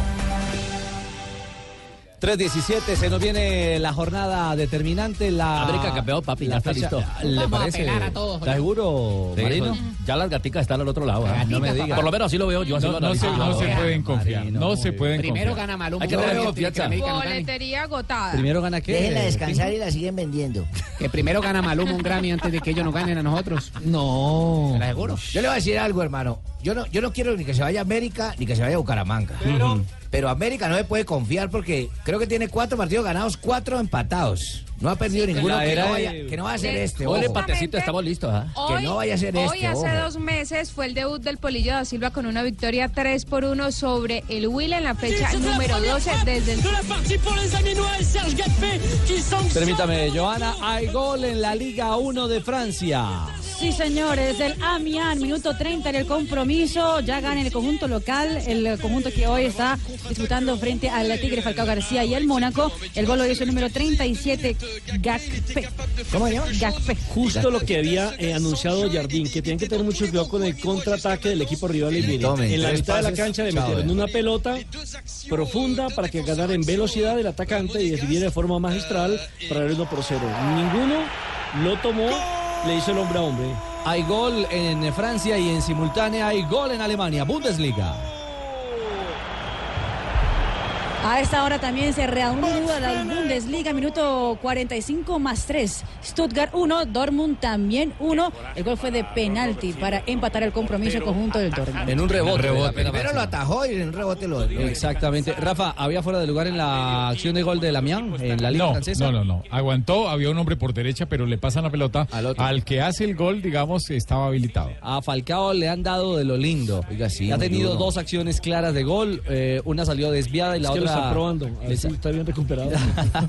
3.17, se nos viene la jornada determinante. La América campeón, papi, ya la está fecha- Ah, listo. ¿Le Vamos a parece? pegar a todos, ¿Está oye. seguro, Sí, Marino? pues, ya las gaticas están al otro lado. ¿eh? Gatitas, No me digas. papá. Por lo menos así lo veo yo. Así No, lo no se, analizo. no se Ah, pueden confiar, no se pueden Primero confiar. gana Maluma. Hay que tener Luego confianza. América no gane. Boletería agotada. gana qué, Déjenla descansar Bertiña? y la siguen vendiendo. Que primero gana Maluma un Grammy antes de que ellos nos ganen a nosotros. No. ¿Se la aseguro? Yo le voy a decir algo, hermano. Yo no, yo no quiero ni que se vaya a América ni que se vaya a Bucaramanga. Pero, América no se puede confiar porque creo que tiene cuatro partidos ganados, cuatro empatados. No ha perdido ninguno. la Que era no, vaya, de- que no vaya a ser de- este. Ole, ojo. patecito, estamos listos. ¿ah? Que no vaya a ser hoy este, hace ojo. dos meses fue el debut del Polillo da Silva con una victoria 3 por 1 sobre el Will en la fecha Sí, esa es la número première 12 frappe desde el... de la partie pour les Aminois et Serge Gatpé qui sanctionne. Permítame, Joana, hay gol en la Liga 1 de Francia. Sí, señores, el Amiens, minuto 30 en el compromiso, ya gana el conjunto local, el conjunto que hoy está disputando frente al Tigre Falcao García y el Mónaco. El gol lo hizo el número 37, Gakpe. ¿Cómo llama? Gakpe. Justo lo que había eh, anunciado Jardín, que tienen que tener mucho cuidado con el contraataque del equipo rival. Y miren, Tomen, en la tres mitad de la pases, cancha le chao, metieron eh. una pelota profunda para que ganara en velocidad el atacante y decidir de forma magistral para el 1 por 0. Ninguno lo tomó, le hizo el hombre a hombre. Hay gol en Francia y en simultánea hay gol en Alemania. Bundesliga. A esta hora también se reanuda la Bundesliga, minuto 45 más 3. Stuttgart 1, Dortmund también 1. El gol fue de penalti para empatar el compromiso conjunto del Dortmund. En un rebote. Primero lo atajó y en un rebote lo. Exactamente. Rafa, ¿había fuera de lugar en la acción de gol de Lamián en la Liga no, Francesa? No, no, no. Aguantó, había un hombre por derecha, pero le pasan la pelota. Al, que hace el gol, digamos, estaba habilitado. A Falcao le han dado de lo lindo. ha muy tenido duro. dos acciones claras de gol. eh, una salió desviada y la Es que lo otra. está probando. A ver si está bien recuperado.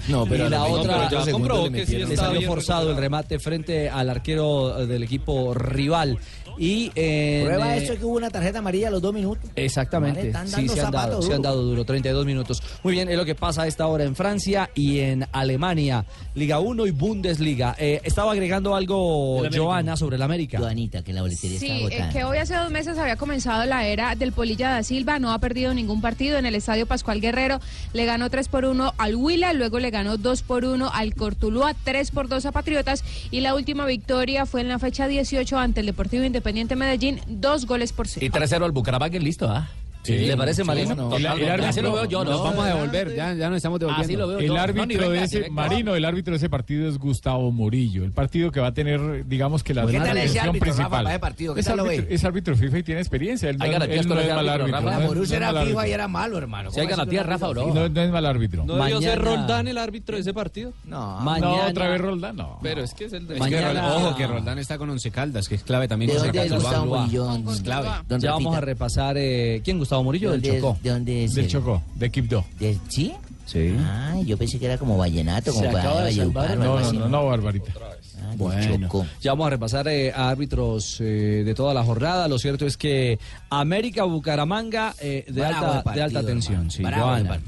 No, pero y la no, pero otra ya le comprobó que sí metieron. Le está salió bien forzado el remate frente al arquero eh, del equipo rival. Y en, Prueba eh, eso que hubo una tarjeta amarilla a los dos minutos. Vale, Exactamente, están sí, dando se han, zapato dado, duro. se han dado duro, 32 minutos. Muy bien, es lo que pasa a esta hora en Francia y en Alemania, Liga 1 y Bundesliga. Eh, estaba agregando algo El América. Joana sobre el América. Joanita, que la boletería Sí, eh, que hoy hace dos meses había comenzado la era del Polilla da Silva, no ha perdido ningún partido en el Estadio Pascual Guerrero, le ganó 3 por 1 al Huila, luego le ganó 2 por 1 al Cortuluá, 3 por 2 a Patriotas y la última victoria fue en la fecha 18 ante el Deportivo Independiente Medellín, dos goles por cero. Y 3-0 al Bucaramanga, listo, ¿ah? Sí. ¿Le parece Sí, malísimo? no. Total, El- el así árbitro- lo veo yo, ¿no? Ah, Nos vamos a devolver, ya, ya nos estamos devolviendo. Así Ah, lo veo El yo. árbitro No, ni venga, de ni ese, venga. Marino, el árbitro de ese partido es Gustavo Murillo. El partido que va a tener, digamos que la ¿Qué tal ese atención árbitro, Rafa, principal. para ese partido? ¿Qué es, tal lo ve? árbitro, es árbitro FIFA y tiene experiencia. Él, Hay no, garantías él con no ese es mal árbitro, árbitro. Rafa. no es- Borussia no es era mal FIFA y árbitro. era malo, hermano. Si hay garantías, Rafa, bro. No, no es mal árbitro. No debió ser Mañana- Roldán el árbitro de ese partido? No, No, otra vez Roldán, no. Pero es que es el de Es que Mañana- Roldán- ojo que Roldán está con Once Caldas, que es clave también. ¿De Once dónde es Caldas, Gustavo Guau. Murillo? Es clave. Don ya vamos Rafita. a repasar. eh, ¿Quién? Gustavo Murillo ¿De del dónde es- Chocó. de dónde es Del él? Chocó, de Quibdó. ¿Del sí? Sí. Ah, yo pensé que era como vallenato, como Se acaba de Valledupar salvar. o algo No, no, así. no, No, Barbarita. Ah, Bueno, ya vamos a repasar eh, a árbitros eh, de toda la jornada. Lo cierto es que América Bucaramanga eh, de, Bravo el alta, de partido, alta tensión. hermano. Sí, Bravo el Joana.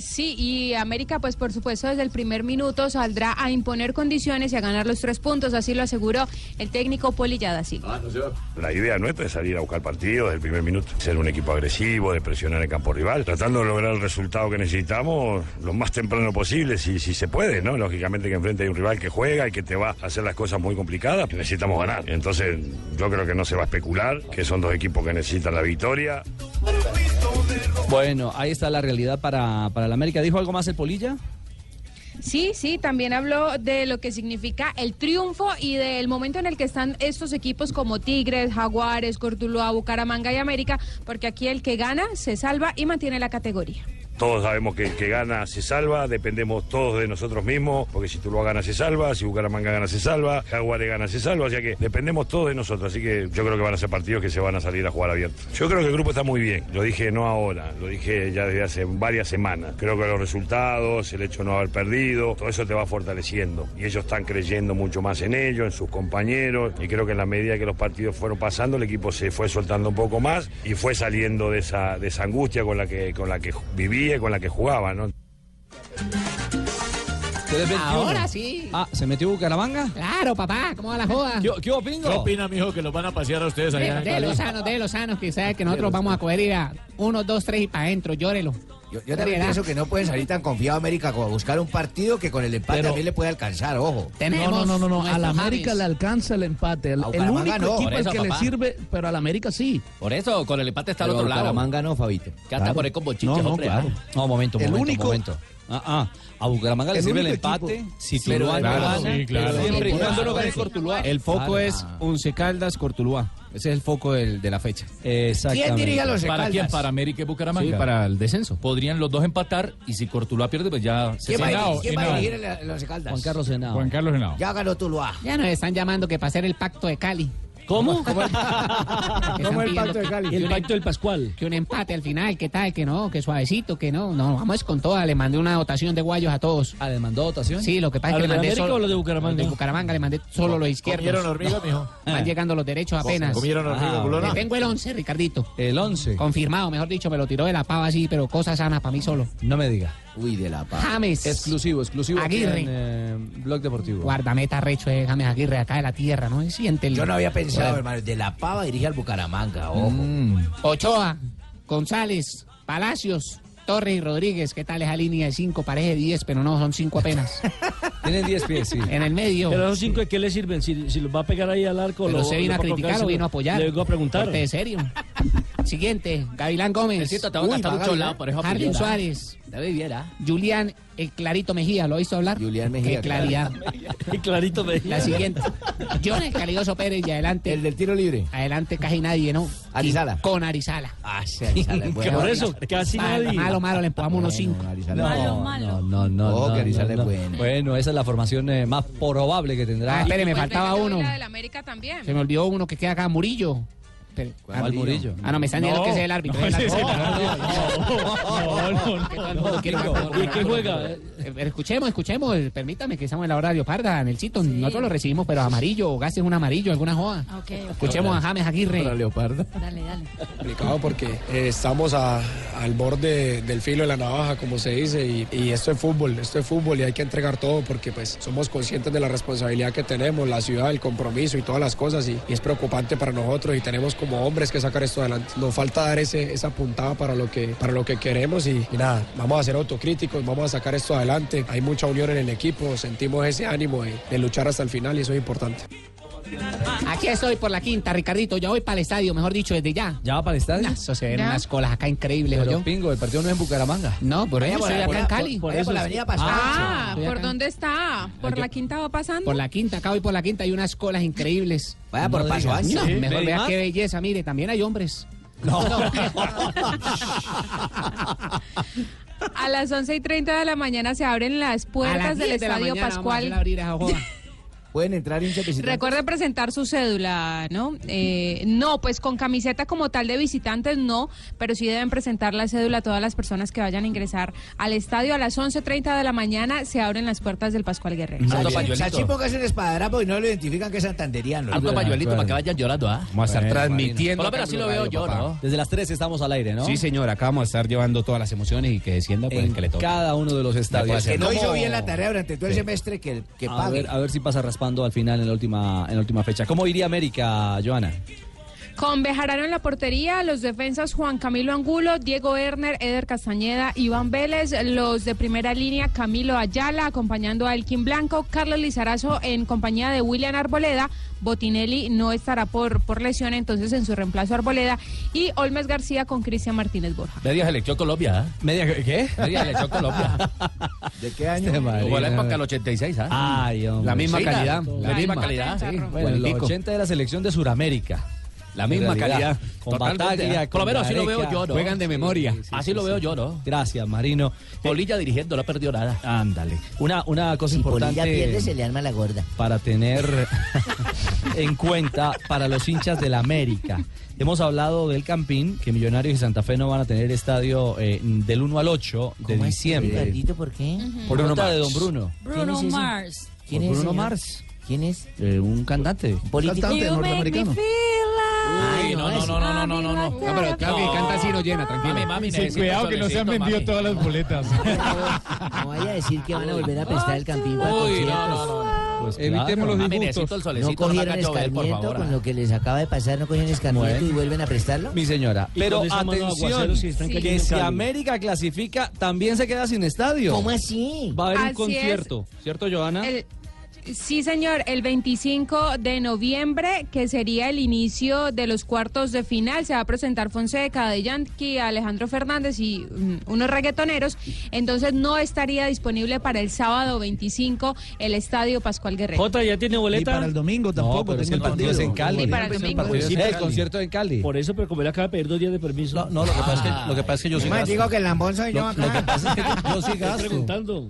Sí, y América, pues por supuesto, desde el primer minuto saldrá a imponer condiciones y a ganar los tres puntos, así lo aseguró el técnico Polilla da Silva. La idea nuestra es salir a buscar partido desde el primer minuto, ser un equipo agresivo, de presionar el campo rival, tratando de lograr el resultado que necesitamos lo más temprano posible, si, si se puede, ¿no? Lógicamente que enfrente hay un rival que juega y que te va a hacer las cosas muy complicadas, necesitamos ganar. Entonces yo creo que no se va a especular, que son dos equipos que necesitan la victoria. Bueno, ahí está la realidad para, para el América. ¿Dijo algo más el Polilla? Sí, sí, también habló de lo que significa el triunfo y del momento en el que están estos equipos como Tigres, Jaguares, Cortuluá, Bucaramanga y América, porque aquí el que gana se salva y mantiene la categoría. Todos sabemos que el que gana se salva, dependemos todos de nosotros mismos, porque si Tuluá gana se salva, si Bucaramanga gana se salva, Jaguares gana se salva, o sea que dependemos todos de nosotros, así que yo creo que van a ser partidos que se van a salir a jugar abiertos. Yo creo que el grupo está muy bien, lo dije no ahora, lo dije ya desde hace varias semanas. Creo que los resultados, el hecho de no haber perdido, todo eso te va fortaleciendo y ellos están creyendo mucho más en ellos, en sus compañeros y creo que en la medida que los partidos fueron pasando, el equipo se fue soltando un poco más y fue saliendo de esa, de esa angustia con la que, con la que vivía y con la que jugaba, ¿no? Ahora sí. Ah, ¿se metió Bucaramanga? Claro, papá, ¿cómo va la joda? ¿Qué, qué opingo? ¿Qué opina, mijo, que los van a pasear a ustedes De, allá? en de Cali? los sanos, de los sanos, que sabe que nosotros vamos a coger ir a uno, dos, tres y para adentro, llórelo. Yo, yo también pienso que no pueden salir tan confiado América como a buscar un partido que con el empate Pero- también le puede alcanzar, ojo. Tenemos no, no, no, no. Al América le alcanza el empate. El, A el Bucaramanga único no. equipo Por al eso, que papá. le sirve, pero al América sí. Por eso, con el empate está al Pero otro lado. Bucaramanga no, Fabito. Ya está por ahí con bochiches, no, no, hombre. claro. ah. No, momento, El momento, único- momento. Ah, ah, a Bucaramanga le El sirve el único empate. equipo- Si Sí, Tuluá claro, no gana, sí, claro. pero- Siempre y Tuluá cuando no no gane gana. Cortuluá. El foco Claro. es Once Caldas, Cortuluá. Ese es el foco del- de la fecha. Exactamente. ¿Para quién? Para América y Bucaramanga. Sí, para el descenso. Podrían los dos empatar y si Cortuluá pierde, pues ya se ¿Quién va a salva. dirigir- quién va a dirigir el- el Once Caldas? Juan Carlos Henao. Juan Carlos Henao. Ya ganó Tuluá. Ya nos están llamando que para hacer el pacto de Cali. ¿Cómo? ¿Cómo el pacto de Cali? El pacto del Pascual. em- Que un empate al final, que tal, que no, que suavecito, que no. No, vamos con toda. Le mandé una dotación de guayos a todos. Ah, ¿le mandó dotación? Sí, lo que pasa ¿A es que los de le mandé América solo. o los de Bucaramanga? Los De Bucaramanga le mandé solo los izquierdos. ¿Comieron hormiga, mijo? Van llegando los derechos ¿Com- apenas. comieron hormiga, culona? Le tengo el 11, Ricardito. El 11. Confirmado, mejor dicho, me lo tiró de la pava así, pero cosa sana para mí solo. No me diga. Uy, de la paz. James. Exclusivo, exclusivo. aquí Aguirre. en, eh, Blog Deportivo. Guardameta recho de James Aguirre acá de la tierra, ¿no? Siente el- Yo no había pensado, Bueno. hermano, de la pava dirige al Bucaramanga, ojo. Mm. Mm. Ochoa, González, Palacios, Torres y Rodríguez. ¿Qué tal esa línea de cinco? Parece de diez, pero no, son cinco apenas. Tienen 10 pies, sí. En el medio. Pero esos cinco, ¿de qué le sirven? Si, si los va a pegar ahí al arco. Pero lo- usted vino lo a va criticar colocar, o vino a apoyar. Le vengo a preguntar. Corte de serio. Siguiente, Gavilán Gómez. Necesito, te va a gastar mucho lado, por eso Harvin apellido. Suárez. Julián, el Clarito Mejía, ¿lo hizo hablar? Julián Mejía. Qué claridad. Y clarito me La siguiente. John el Calidoso Pérez y adelante. El del tiro libre. Adelante, casi nadie, ¿no? Arizala. Con Arizala. Ah, sí, Arizala es bueno. Por eso, casi nadie. Malo, malo, le empujamos unos cinco. No, no, no, no. Ojo, Oh, que Arizala es bueno. Bueno, esa es la formación eh, más probable que tendrá. Ah, espere, me faltaba uno. del América también. Se me olvidó uno que queda acá, Murillo. Espere, ¿Cuál Murillo? Murillo? Ah, no, me están diciendo No. que ese es el árbitro. No, el árbitro. ese es el Que todo el mundo quiere ganar. Eh, eh, Escuchemos, escuchemos. eh, Permítame que estamos en la hora de Parda, en el Chito. Nosotros lo recibimos, pero amarillo, o gases un amarillo, alguna joda. Ah, Ok, Escuchemos a James Aguirre. Leopardo. Dale, dale. complicado porque eh, estamos a- al borde del filo de la navaja, como se dice, y, y esto es fútbol, esto es fútbol y hay que entregar todo porque pues somos conscientes de la responsabilidad que tenemos, la ciudad, el compromiso y todas las cosas y, y es preocupante para nosotros y tenemos como hombres que sacar esto adelante. Nos falta dar ese, esa puntada para lo que, para lo que queremos y, y nada, vamos a ser autocríticos, vamos a sacar esto adelante. Hay mucha unión en el equipo, sentimos ese ánimo de- de luchar hasta el final y eso es importante. Aquí estoy por la quinta, Ricardito. Ya voy para el estadio, mejor dicho, desde ya. ¿Ya va para el estadio? Eso se ven Ya. unas colas acá increíbles, Pero yo. pingo, el partido no es en Bucaramanga. No, por ahí eso, estoy acá en Cali. Ah, Estoy ¿por acá. dónde está? ¿Por la quinta va pasando? Por la quinta, acá voy por la quinta, hay unas colas increíbles. Vaya por No Paso digas, Ancho. no, Sí, mejor ¿y vea más? qué belleza, mire, también hay hombres. A las 11 y 30 de la mañana se abren las puertas las del 10 de la Estadio mañana vamos a Pascual. hacer abrir esa joda. Pueden entrar hinchas visitantes. Recuerde presentar su cédula, ¿no? Eh, no, pues con camiseta como tal de visitantes no, pero sí deben presentar la cédula a todas las personas que vayan a ingresar al estadio. A las 11.30 de la mañana se abren las puertas del Pascual Guerrero. Sachi- Sachi, póngase un espadrapo pues, y no lo identifican que es santanderiano. Alto pañuelito para que vayan llorando, ¿ah? Vamos a estar Bueno, transmitiendo. Por lo menos así lo veo yo, ¿no? Desde las 3 estamos al aire, ¿no? Sí, señor, acá vamos a estar llevando todas las emociones y que descienda por En el que le toque. cada uno de los estadios. Que no hizo bien la tarea durante todo el semestre, que, que A pague. ver, a ver si pasa raspando al final en la última, en la última fecha. ¿Cómo iría América, Joana? Con Bejarano en la portería, los defensas Juan Camilo Angulo, Diego Erner, Eder Castañeda, Iván Vélez, los de primera línea Camilo Ayala, acompañando a Elkin Blanco, Carlos Lizarazo en compañía de William Arboleda, Botinelli no estará por, por lesión, entonces en su reemplazo Arboleda, y Olmes García con Cristian Martínez Borja. Media selección Colombia, ¿ah? ¿Media qué? Media selección Colombia. ¿De qué año? Este Como la época del 86, ¿ah? Ay, hombre. La misma Sí, calidad, la misma Ay, calidad, sí. sí. Bueno, los Bonitico. 80 de la selección de Sudamérica. La misma En realidad, calidad. Con Totalmente, batalla. ¿eh? Por lo menos así lo veo yo, ¿no? Juegan de memoria. Así lo veo yo, ¿no? Gracias, Marino. Polilla dirigiendo, no perdió nada. Ándale. Una, una cosa Si importante. Polilla pierde, se le arma la gorda. para tener en cuenta para los hinchas del América. Hemos hablado del Campín, que Millonarios y Santa Fe no van a tener estadio eh, del 1 al 8 de diciembre. Ricardito, ¿Por qué? Por nota de don Bruno. ¿Quién es Bruno ese? Mars. ¿Quién Por es? Bruno señor? Mars. ¿Quién es? Eh, un cantante. Político. You make me feel Sí, no, no, no, no, no, no, no. No, pero Cami, canta así, no llena, tranquilo. Mami, mami, Sí, necesito cuidado que no se solecito, han vendido mami. todas las boletas. No vaya a decir que van a volver a prestar el campín para Uy, no, conciertos. no, no. Pues Evitemos claro. los disgustos. el ¿No solecito, la cogieron haga llover, por escarmiento favor. ah. con lo que les acaba de pasar? ¿No cogieron escarmiento y vuelven a prestarlo? Mi señora. Y Pero con esa mano de atención, aguacero, si están cayendo que en si Cali. América clasifica, también se queda sin estadio. ¿Cómo así? Va a haber Así un concierto, ¿cierto, Joana? El- sí, señor, el 25 de noviembre, que sería el inicio de los cuartos de final, se va a presentar Fonseca, De Yankee, Alejandro Fernández y mm, unos reggaetoneros. Entonces no estaría disponible para el sábado 25 el estadio Pascual Guerrero. Jota ya tiene boleta. Y para el domingo No, tampoco, pero es tengo que el partido es en entendido. Cali. Ni para el Es domingo. partido es- Sí, el Cali. concierto en Cali. Por eso, pero como él acaba de pedir dos días de permiso. Ah. No, no, lo que, pasa es que, lo que pasa es que Ah. yo sí Me gasto. digo que el lambón soy yo Lo- lo que acá. pasa es que yo- yo sí Estoy gasto. preguntando.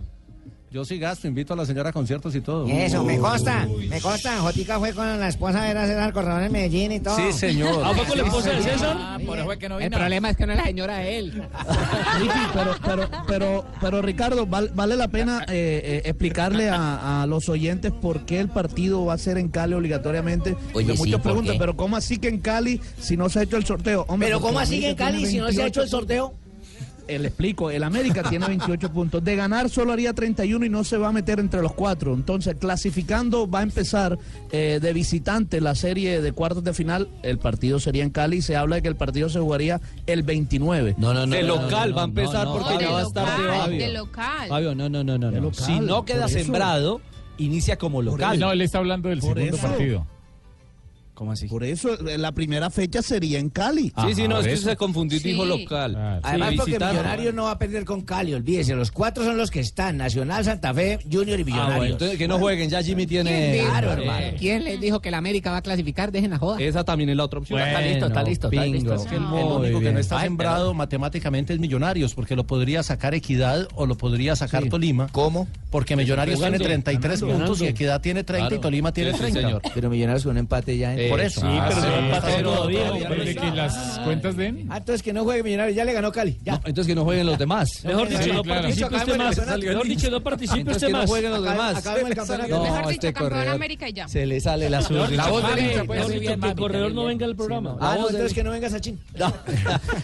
Yo sí gasto, invito a la señora a conciertos y todo. Eso, me consta, me consta. Jotica fue con la esposa de César Corredor en Medellín y todo. Sí, señor. ¿A poco la esposa de César? Ah, por eso es que no El vino. problema es que no es la señora de él. Ricky, pero, pero, pero, pero Ricardo, val- vale la pena eh, eh, explicarle a, a los oyentes por qué el partido va a ser en Cali obligatoriamente. Oye, sí, Porque muchos ¿por preguntan, qué? pero ¿cómo así que en Cali si no se ha hecho el sorteo? Hombre, Pero porque ¿cómo la así que en América Cali tiene si no se ha hecho el 28 sorteo? eh, le explico, el América tiene 28 puntos. De ganar solo haría 31 y no se va a meter entre los cuatro. Entonces, clasificando, va a empezar eh, de visitante la serie de cuartos de final. El partido sería en Cali. Se habla de que el partido se jugaría el 29. No, no, de local va a empezar porque ya va a estar de local, Fabio. de local. Fabio, no, no, no, no. no. local, si no por queda eso. sembrado, inicia como local. No, él está hablando del Por segundo eso. partido. ¿Cómo así? Por eso eh, la primera fecha sería en Cali. Sí, sí, no, es que eso. se confundió, dijo Ah, Sí. Ah, local. Además, Ah, Sí, porque visitaron. Millonarios no va a perder con Cali, olvídese. Los cuatro son los que están: Nacional, Santa Fe, Junior y Millonarios. Ah, bueno, entonces que no jueguen, ya Jimmy tiene- ¿Quién dijo? Claro, Sí. hermano. ¿Quién les dijo que la América va a clasificar? Dejen la joda. Esa también es la otra opción. Está listo, está listo, está listo. Es que el, Muy el único que bien. no está Ay, sembrado matemáticamente es Millonarios, porque lo podría sacar Equidad o lo podría sacar Tolima. ¿Cómo? Porque Millonarios Jugando, tiene 33 ganando. puntos y Equidad tiene 30 y Claro. Tolima tiene Sí, sí, 30. señor. Pero Millonarios con un empate ya. en- Eh, Por eso. sí, Ah, pero sí. no empataron Pero todavía, todavía, hombre. Desde que las cuentas den. Ah, entonces que no juegue Millonarios, ya le ganó Cali. Ya. entonces que no jueguen los demás. Mejor dicho, no participe usted más. Mejor dicho, no participe Entonces usted que no más. jueguen los demás. Mejor No, dicho, este campeón corredor. América y ya. Se le sale la Mejor azul. dicho, mami, pues. mejor dicho, que el corredor no venga al programa. La voz del- Ah, no vengas a Chin.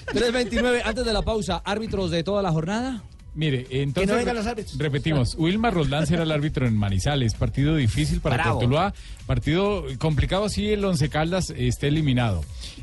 3.29, antes de la pausa, árbitros de toda la jornada. Mire, entonces no vengan los árbitros. repetimos, Wilmar Roldán será el árbitro en Manizales, partido difícil para Bravo. Cortuluá, partido complicado si el Once Caldas esté eliminado.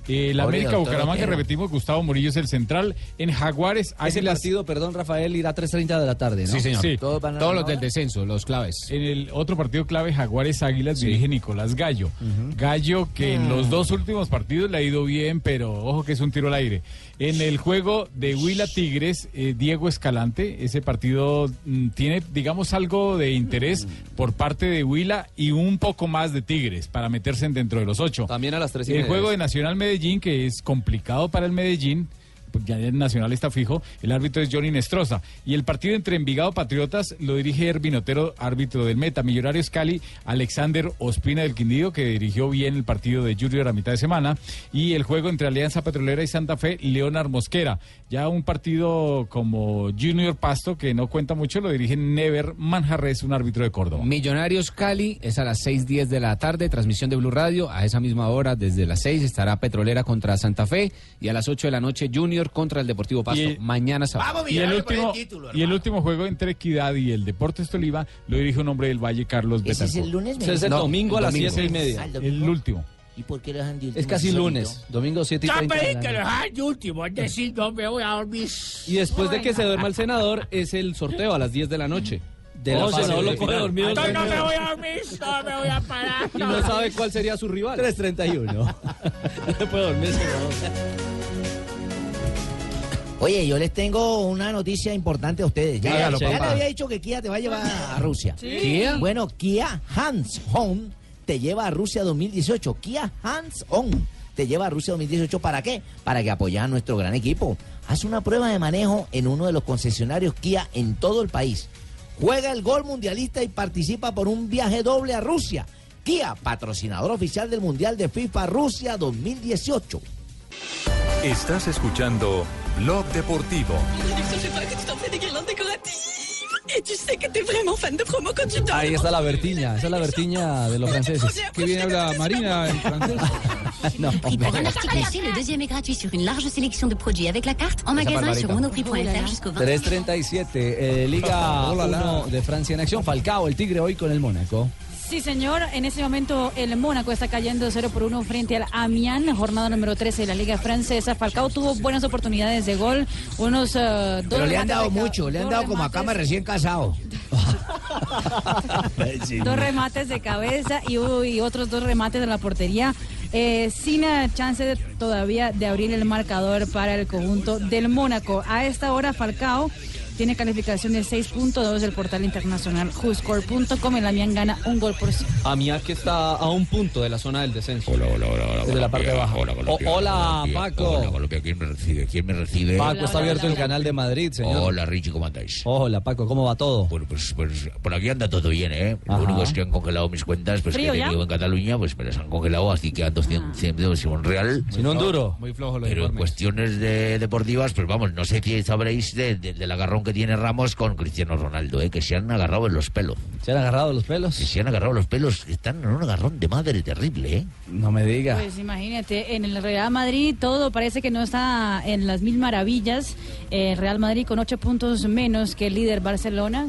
Eh, el Pobre América doctor Bucaramanga, Otero. repetimos, Gustavo Murillo es el central, en Jaguares Ese Águilas partido, perdón, Rafael, irá a 3.30 de la tarde, ¿no? Sí, señor. Todos van a la misma hora. descenso, los claves. En el otro partido clave, Jaguares Águilas, dirige Nicolás Gallo. Gallo que en los dos últimos partidos le ha ido bien, pero ojo que es un tiro al aire. En el juego de Huila Tigres, eh, Diego Escalante, ese partido mm, tiene, digamos, algo de interés por parte de Huila y un poco más de Tigres para meterse en dentro de los ocho. También a las 3 y El media. juego de Nacional Medellín, que es complicado para el Medellín, porque ya el Nacional está fijo, el árbitro es Johnny Nestroza. Y el partido entre Envigado Patriotas lo dirige Ervin Otero, árbitro del Meta. Millonarios Cali, Alexander Ospina del Quindío, que dirigió bien el partido de Junior a mitad de semana. Y el juego entre Alianza Petrolera y Santa Fe, Leonard Mosquera. Ya un partido como Junior Pasto, que no cuenta mucho, lo dirige Never Manjarres, un árbitro de Córdoba. Millonarios Cali es a las 6.10 de la tarde, transmisión de Blue Radio. A esa misma hora, desde las 6, estará Petrolera contra Santa Fe. Y a las 8 de la noche, Junior contra el Deportivo Pasto. Y- Mañana sábado. y el, último, y el último juego entre Equidad y el Deportes Tolima lo dirige un hombre del Valle, Carlos Ese es Betancourt. el lunes, Ese es el No, domingo a las domingo. siete y media. Ah, El, domingo. El último. ¿Y por qué lo dejan de último? Es casi Sí, lunes, domingo 7 y Ya 30 de la pedí que noche. lo Ay, último, es decir, no me voy a dormir. Y después de que se duerma el senador, es el sorteo a las 10 de la noche. De la Oh, fase senador de lo coge final. Ah, dormido. el Entonces no senador. me voy a dormir, no me voy a parar. Y no sabe cuál sería su rival. 3.31. No se puede dormir, senador. Oye, yo les tengo una noticia importante a ustedes. Ya, Hágalo, ya le papá. había dicho que Kia te va a llevar a Rusia. Sí. ¿Kia? Bueno, Kia Hands On te lleva a Rusia 2018. Kia Hands On te lleva a Rusia 2018. ¿Para qué? Para que apoyes a nuestro gran equipo. Haz una prueba de manejo en uno de los concesionarios Kia en todo el país. Juega el gol mundialista y participa por un viaje doble a Rusia. Kia, patrocinador oficial del Mundial de FIFA Rusia 2018. Estás escuchando Blog Deportivo. Je sais pas que tu t'en fais des guirlandes décoratives. Et tu sais que t'es vraiment fan de promo quand tu dors. Ahí está la Bertiña, esa es la Bertiña de los franceses. Qué bien habla Marina en francés. No, Pour un hombre. article chez, le deuxième est gratuit sur une large sélection de produits avec la carte en Esa magasin barbarita. sur monoprix.fr jusqu'au 20 337, eh, Liga Oh, la, la. 1 de Francia en acción. Falcao, el Tigre hoy con el Mónaco. Sí, señor. En ese momento el Mónaco está cayendo 0 por 1 frente al Amiens, jornada número 13 de la Liga Francesa. Falcao tuvo buenas oportunidades de gol, unos eh, dos Pero le remates han dado de ca- mucho, le han dos dado como a remates- cama recién casado. Dos remates de cabeza y, hubo- y otros dos remates de la portería. eh, sin eh, chance de- todavía de abrir el marcador para el conjunto del Mónaco. A esta hora Falcao tiene calificación de 6.2 del portal internacional Juscor.com. El Amiens gana un gol por cero. Amiak que está a un punto de la zona del descenso. Hola, hola, hola, hola. Desde la parte de baja. Hola, Colombia, O- hola, Colombia. Paco. Hola, Colombia. ¿Quién me recibe? ¿Quién me recibe? Ah, Paco, está abierto el canal de Madrid, señor. Hola, Richie, ¿cómo andáis? Hola, Paco, ¿cómo va todo? Bueno, pues, pues por aquí anda todo bien, ¿eh? Lo Ajá. único es que han congelado mis cuentas, pues que ¿Frío he ya? Ah. tenido en Cataluña, pues me las han congelado, así que ando sin, sin, sin un real. Sin un duro. Pero en cuestiones de deportivas, pues vamos, no sé si sabréis de- de- del agarrón que que tiene Ramos con Cristiano Ronaldo, eh, que se han agarrado en los pelos. ¿Se han agarrado los pelos? se han agarrado los pelos, están en un agarrón de madre terrible, ¿eh? No me diga. Pues imagínate, en el Real Madrid todo parece que no está en las mil maravillas. El Real Madrid con ocho puntos menos que el líder Barcelona.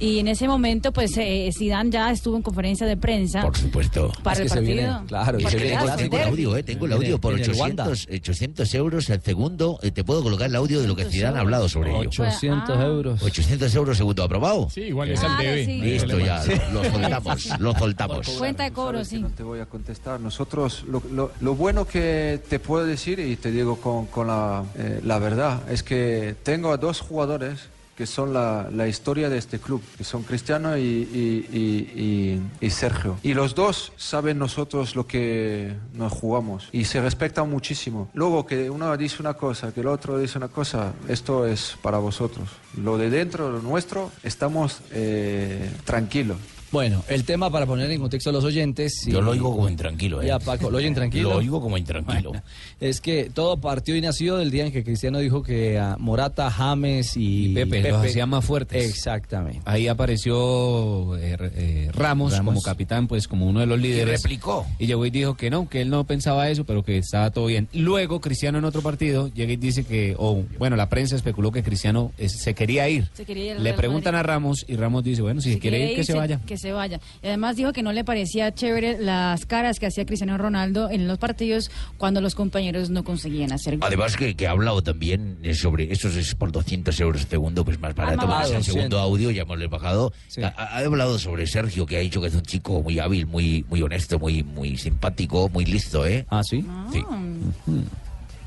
Y en ese momento, pues eh, Zidane ya estuvo en conferencia de prensa. Por supuesto. Para el partido. claro, Porque le tengo, vas a tengo el perder. audio, eh, tengo el audio por en el Wanda. 800, 800 euros al segundo. eh, te puedo colocar el audio de lo que Zidane ha hablado sobre ello. 800 euros. 800 euros segundo, ¿aprobado? Sí, igual es al Claro, debe. Ah. sí. Listo, ya, Sí. lo, lo soltamos, lo soltamos. Cuenta de cobro, sí. Te voy a contestar. Nosotros, lo, lo- lo bueno que te puedo decir, y te digo con, con la, eh, la verdad, es que tengo a dos jugadores que son la, la historia de este club, que son Cristiano y, y- y- y- y Sergio. Y los dos saben nosotros lo que nos jugamos y se respetan muchísimo. Luego que uno dice una cosa, que el otro dice una cosa, esto es para vosotros. Lo de dentro, lo nuestro, estamos eh, tranquilos. Bueno, el tema para poner en contexto a los oyentes. Yo lo oigo como intranquilo, ¿eh? Ya, Paco, ¿lo oyen tranquilo? Lo oigo como intranquilo. es que todo partió y nació del día en que Cristiano dijo que a Morata, James y, Pepe, los hacía más fuertes. Exactamente. Ahí apareció eh, R- eh, Ramos, Ramos. como capitán, pues como uno de los líderes. replicó. Y llegó y dijo que no, que él no pensaba eso, pero que estaba todo bien. Luego Cristiano en otro partido llega y dice que, o bueno, la prensa especuló que Cristiano eh, se quería ir. Se quería ir al Le Real preguntan a Ramos y Ramos dice, bueno, si, Si quiere, ir, que irse, se vaya. Que se vaya. Y además dijo que no le parecía chévere las caras que hacía Cristiano Ronaldo en los partidos cuando los compañeros no conseguían hacer gol. Además que, que ha hablado también eh, sobre esos es por 200 euros segundo, pues más más barato, porque es el barato, segundo 100. audio, ya hemos bajado. Ha, ha hablado sobre Sergio, que ha dicho que es un chico muy hábil, muy, muy honesto, muy, muy simpático, muy listo, ¿eh? Ah, sí. Sí.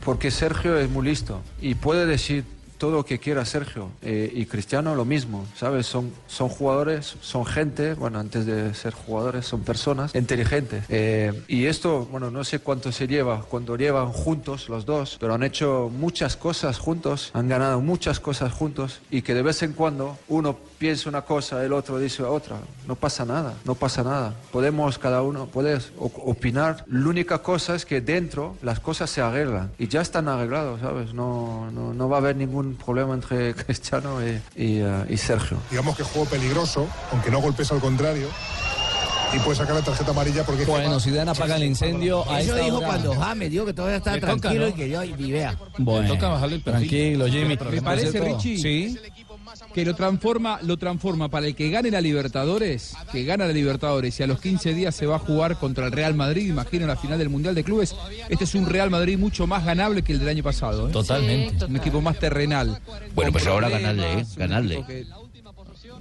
Porque Sergio es muy listo y puede decir todo lo que quiera Sergio. Eh, y Cristiano lo mismo, ¿sabes? Son, son jugadores, son gente, bueno, antes de ser jugadores, son personas inteligentes. Eh, y esto, bueno, no sé cuánto se lleva, cuando llevan juntos los dos, pero han hecho muchas cosas juntos, han ganado muchas cosas juntos y que de vez en cuando uno piensa una cosa, el otro dice otra. No pasa nada, no pasa nada. Podemos cada uno, puedes o- opinar. La única cosa es que dentro las cosas se arreglan y ya están arreglados, ¿sabes? No, no, no va a haber ningún problema entre Cristiano y, y, eh, y Sergio. Digamos que juego peligroso, aunque no golpes al contrario. Y puede sacar la tarjeta amarilla porque... Bueno, Zidane apaga el incendio a Eso esta dijo hora. cuando James dijo que todavía estaba Le toca, tranquilo ¿no? y que yo y vivea. Bueno, Le toca bajarle el perfil. tranquilo, Jimmy. Me parece, Richie, que lo transforma, lo transforma para el que gane la Libertadores, que gana la Libertadores y a los 15 días se va a jugar contra el Real Madrid, imagino la final del Mundial de Clubes. Este es un Real Madrid mucho más ganable que el del año pasado. ¿eh? Totalmente. Sí, Un equipo más terrenal. Bueno, pues Con ahora problemas, ganarle, ¿eh? un Ganarle. equipo que-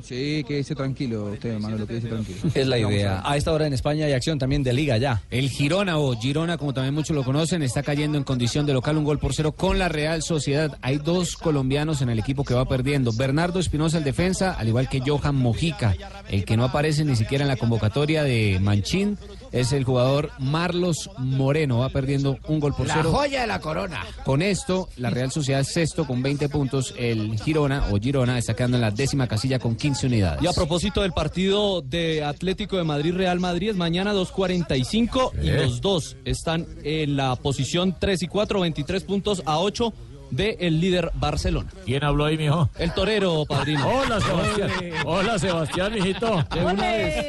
Sí, quédese tranquilo usted, Manolo, quédese tranquilo. Es la Vamos a idea. A esta hora en España hay acción también de liga ya. El Girona o Girona, como también muchos lo conocen, está cayendo en condición de local un gol por cero con la Real Sociedad. Hay dos colombianos en el equipo que va perdiendo. Bernardo Espinosa, el defensa, al igual que Johan Mojica, el que no aparece ni siquiera en la convocatoria de Manchín, es el jugador Marlos Moreno. Va perdiendo un gol por La cero. joya de la corona. Con esto, la Real Sociedad es sexto con 20 puntos. El Girona o Girona está quedando en la décima casilla con 15 unidades. Y a propósito del partido de Atlético de Madrid-Real Madrid, es mañana 2.45 y ¿Eh? los dos están en la posición 3 y 4, 23 puntos a 8 del líder Barcelona. ¿Quién habló ahí, mijo? El torero, padrino. Hola, Sebastián. Hola, Sebastián, mijito. De una vez.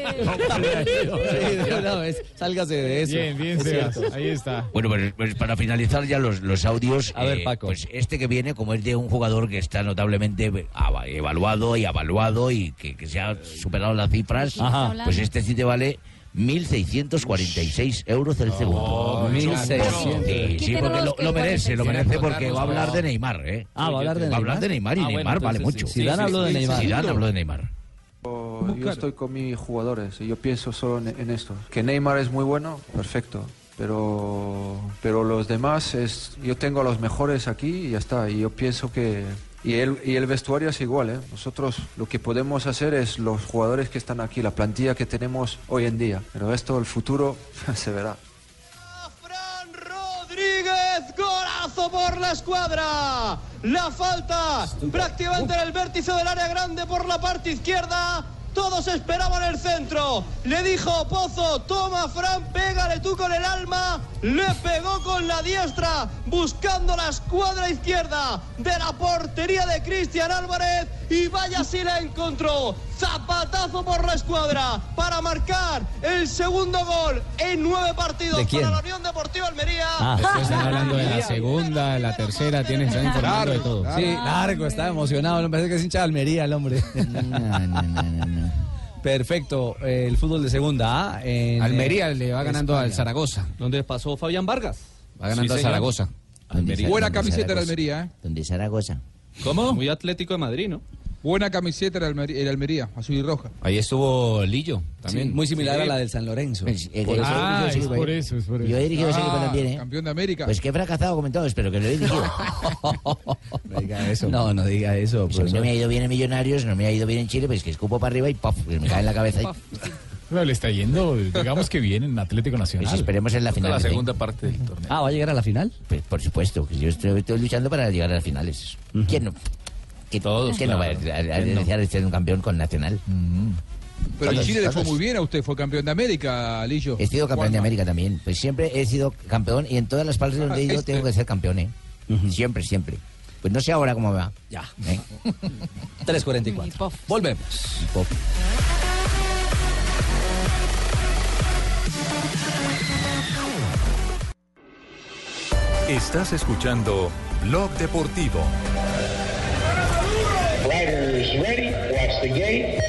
Sí, de una vez. Sálgase de eso. Bien, bien, Es Sebas. cierto. Ahí está. Bueno, pues, pues para finalizar ya los, los audios. A ver, Paco. Pues este que viene, como es de un jugador que está notablemente ava- evaluado y avaluado y que, que se ha superado las cifras, Ajá. está hablando? pues este sí te vale. 1.646 euros Oh, el segundo. 1.600. Sí, sí, Quítenos porque lo, que lo merece, lo 46. merece porque va a Queremos hablar de votarnos. Neymar, ¿eh? Ah, va a hablar de Va a hablar Neymar. de Neymar y Ah, bueno, Neymar vale entonces sí. mucho. Zidane habló de Neymar. Zidane habló de Neymar. Yo, yo estoy con mis jugadores y yo pienso solo en, en esto. Que Neymar es muy bueno, perfecto. Pero, pero los demás, es, yo tengo a los mejores aquí y ya está. Y yo pienso que... Y el, y el vestuario es igual, ¿eh? Nosotros lo que podemos hacer es los jugadores que están aquí, la plantilla que tenemos hoy en día. Pero esto, el futuro, se verá. Rodríguez, golazo por la escuadra. La falta prácticamente en el vértice del área grande por la parte izquierda. Todos esperaban el centro. Le dijo Pozo, toma Fran, pégale tú con el alma. le pegó con la diestra buscando la escuadra izquierda de la portería de Cristian Álvarez y vaya si la encontró. Zapatazo por la escuadra para marcar el segundo gol en nueve partidos ¿De quién? para la Unión Deportiva Almería. Ah, ustedes están hablando de la segunda, de la tercera, tienen están informando de todo. Sí, largo, está emocionado. Me parece que es hincha de Almería el hombre. Perfecto, eh, el fútbol de segunda A. en, Almería eh, le va ganando al España. Zaragoza. ¿Dónde pasó Fabián Vargas? Va ganando Sí, a señor. Zaragoza. Almería. Buena Donde camiseta Zaragoza. de Almería, ¿eh? Donde Zaragoza. ¿Cómo? Muy Atlético de Madrid, ¿no? Buena camiseta el Almería, el Almería azul y roja. Ahí estuvo Lillo también. Sí, muy similar Sí. a la del San Lorenzo. Pues, eh, Por eso Ah, dirigió ese es equipo por ahí. eso, es por Yo eso. Ah, he dirigido ese equipo también, ¿eh? Campeón de América. Pues que he fracasado como todos, pero que lo he dirigido. No diga eso. No, no diga eso. Pues a mí no me ha ido bien en Millonarios, no me ha ido bien en Chile, pues que escupo para arriba y ¡paf! que me cae en la cabeza. Y... No, le está yendo, digamos que bien en Atlético Nacional. Pues esperemos en la final. parte del torneo. Ah, ¿va a llegar a la final? Pues por supuesto, que yo estoy, estoy luchando para llegar a las finales. ¿Quién no? Que, Todos, ¿Quién no va a- a, a desear ser un campeón con Nacional? Pero en Todos, Chile le fue todos. muy bien a usted, fue campeón de América, Lillo. He sido campeón de América también. Pues siempre he sido campeón y en todas las partes donde Ah, he ido este. tengo que ser campeón, ¿eh? Siempre, siempre. Pues no sé ahora cómo me va. Ya. ¿eh? 3.44. Volvemos. Estás escuchando Blog Deportivo. Rider is ready. Watch the gate.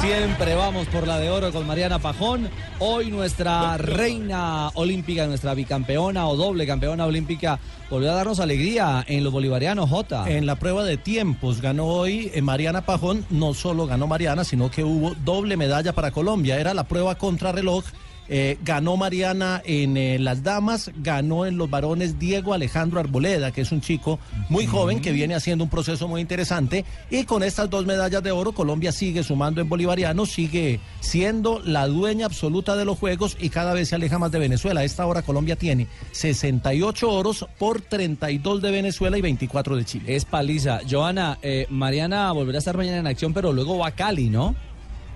Siempre vamos por la de oro con Mariana Pajón. Hoy nuestra reina olímpica, nuestra bicampeona o doble campeona olímpica, volvió a darnos alegría en los bolivarianos, J. En la prueba de tiempos ganó hoy eh, Mariana Pajón. No solo ganó Mariana, sino que hubo doble medalla para Colombia. Era la prueba contrarreloj. Eh, ganó Mariana en eh, las damas, ganó en los varones Diego Alejandro Arboleda, que es un chico muy joven que viene haciendo un proceso muy interesante. Y con estas dos medallas de oro, Colombia sigue sumando en bolivariano, sigue siendo la dueña absoluta de los Juegos y cada vez se aleja más de Venezuela. A esta hora Colombia tiene 68 oros por 32 de Venezuela y 24 de Chile. Es paliza. Joana, eh, Mariana volverá a estar mañana en acción, pero luego va a Cali, ¿no?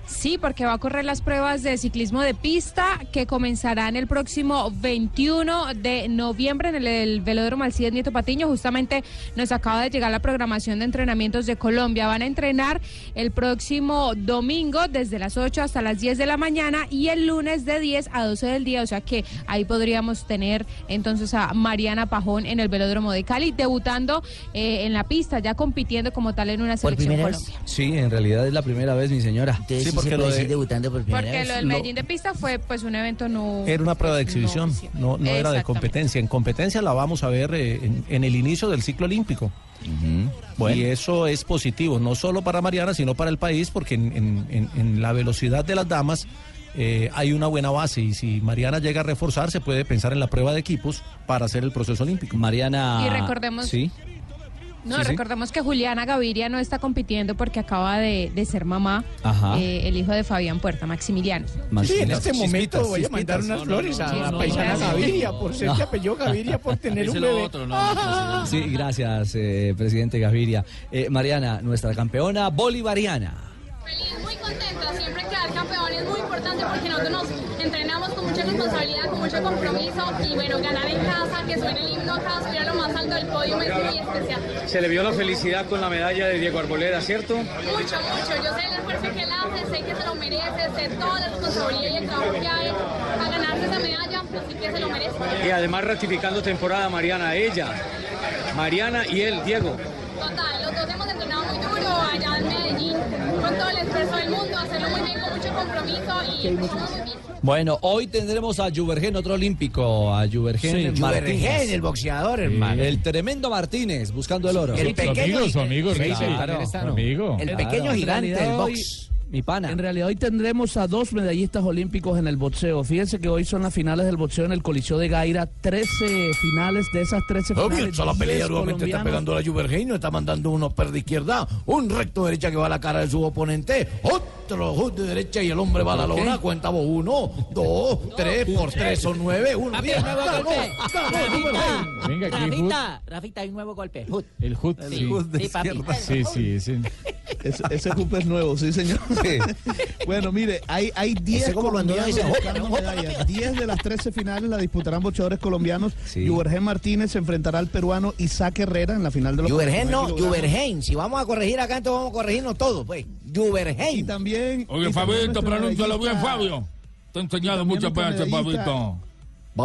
Sí, porque va a correr las pruebas de ciclismo de pista que comenzarán el próximo 21 de noviembre en el, el velódromo Alcides Nieto Patiño. Justamente nos acaba de llegar la programación de entrenamientos de Colombia. Van a entrenar el próximo domingo desde las 8 hasta las 10 de la mañana y el lunes de 10 a 12 del día. O sea que ahí podríamos tener entonces a Mariana Pajón en el velódromo de Cali, debutando eh, en la pista, ya compitiendo como tal en una selección primera colombiana. Sí, en realidad es la primera vez, mi señora. sí se puede decir debutando por primera Porque lo del Medellín de pista fue pues un evento no... Era una prueba de exhibición, no, no era de Exactamente. competencia. En competencia la vamos a ver eh, en, en el inicio del ciclo olímpico. Y eso es positivo, no solo para Mariana, sino para el país, porque en, en- en- en la velocidad de las damas eh, hay una buena base. Y si Mariana llega a reforzar, se puede pensar en la prueba de equipos para hacer el proceso olímpico. Mariana. Y recordemos- Sí. No, Sí, sí. recordemos que Juliana Gaviria no está compitiendo porque acaba de, de ser mamá, Ajá. eh, el hijo de Fabián Puerta, Maximiliano. Maximiliano. Sí, en este momento voy a mandar unas flores a la paisana Gaviria, por Ah. ser que apelló Gaviria, por tener un bebé. Ah. Sí, gracias, eh, presidente Gaviria. Eh, Mariana, nuestra campeona bolivariana. Muy contenta, siempre quedar campeón es muy importante porque nosotros nos entrenamos con mucha responsabilidad, con mucho compromiso y bueno, ganar en casa, que suene el himno acá, subir a lo más alto del podio es muy especial. Se le vio la felicidad con la medalla de Diego Arboleda, ¿cierto? Mucho, mucho, yo sé el esfuerzo que él hace, sé que se lo merece, sé toda la responsabilidad y el trabajo que hay para ganarse esa medalla, así que se lo merece. Y además ratificando temporada Mariana, ella, Mariana y él, Diego. Total, los dos hemos entrenado muy duro allá en Medellín, con todo el esfuerzo del mundo, hacerlo muy bien, con mucho compromiso y pues, estamos muy bien. Bueno, hoy tendremos a Juvergen, otro olímpico, a Juvergen Sí, Martínez. Juvergen, el boxeador, Sí. hermano. El tremendo Martínez, buscando el oro. El Su pequeño amigo, su amigo, Sí, sí, también está, ¿no? amigo. El pequeño gigante del hoy- box. Mi pana. En realidad hoy tendremos a dos medallistas olímpicos en el boxeo. Fíjense que hoy son las finales del boxeo en el Coliseo de Gaira. 13 finales de esas 13 Oh, Obvio, finales. está la pelea, 10 nuevamente está colombianos. pegando la Juvergen, no está mandando uno per de izquierda, un recto derecha que va a la cara de su oponente, otro hook de derecha y el hombre va a la Ok. lona, cuentamos uno, dos, tres, por tres son nueve, uno, Papi, diez, nuevo ganó, golpe. ganó, Rafita, Juvergen. Rafita, Rafita, hay un nuevo golpe. Hut. El HUD, Sí, sí, papi. sí, sí, ese. Ese, ese cupo es nuevo, sí, señor. bueno, mire, hay, hay 10 Ese como cuando uno colombianos dice, "Oh, buscando medallas. 10 de las 13 finales la disputarán boxeadores colombianos. Juvergen Martínez se enfrentará al peruano Isaac Herrera en la final de los Juvergen no, 49 kilogramos. Juvergen. Si vamos a corregir acá, entonces vamos a corregirnos todos, pues. Juvergen. Y también... Oye, Fabito, pronúncialo bien, Fabio. Te he enseñado muchas veces, Fabito.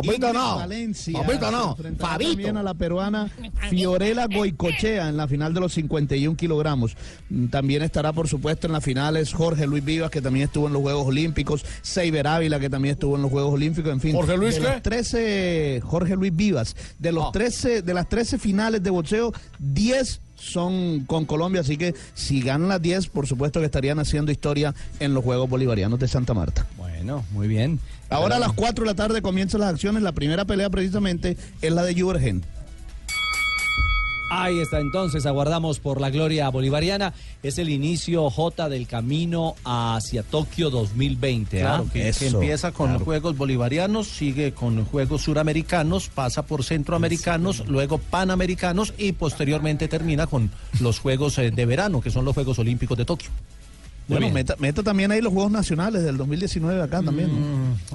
Ingrid Valencia se enfrentará También a la peruana Fiorella Goicochea en la final de los 51 kilogramos. Mm, También estará, por supuesto, en las finales Jorge Luis Vivas, que también estuvo en los Juegos Olímpicos, Seiber Ávila, que también estuvo en los Juegos Olímpicos, en fin. ¿Jorge Luis de qué? Ah. las 13, Jorge Luis Vivas. De, los 13, de las 13 finales de boxeo, 10 son con Colombia, así que si ganan las 10, por supuesto que estarían haciendo historia en los Juegos Bolivarianos de Santa Marta. Bueno, muy bien. Ahora a las 4 de la tarde comienzan las acciones. La primera pelea precisamente es la de Juvergen. Ahí está entonces, aguardamos por la gloria bolivariana. Es el inicio J del camino hacia Tokio 2020. ¿ah? Claro, que, que empieza con los Juegos Bolivarianos, sigue con los Juegos Suramericanos, pasa por Centroamericanos, luego Panamericanos y posteriormente termina con los Juegos eh, de Verano, que son los Juegos Olímpicos de Tokio. Bueno, meta, meta también ahí los Juegos Nacionales del 2019 acá también.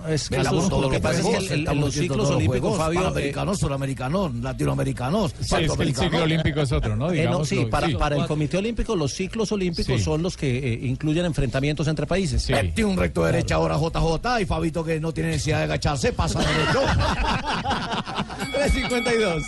es que Estamos eso- todos lo que los pasa Mm, es que juegos, el- el- estamos los viendo ciclos todos los olímpicos, juegos, Fabio, eh, Panamericanos, suramericanos, latinoamericanos. Sí, es que el centroamericanos. ciclo olímpico es otro, Eh, no, sí, para, para el Cuatro. Comité Olímpico, los ciclos olímpicos Sí. son los que eh, incluyen enfrentamientos entre países. Tiene un recto derecha ahora JJ y Fabito que no tiene necesidad de agacharse, pasa derecho. 352.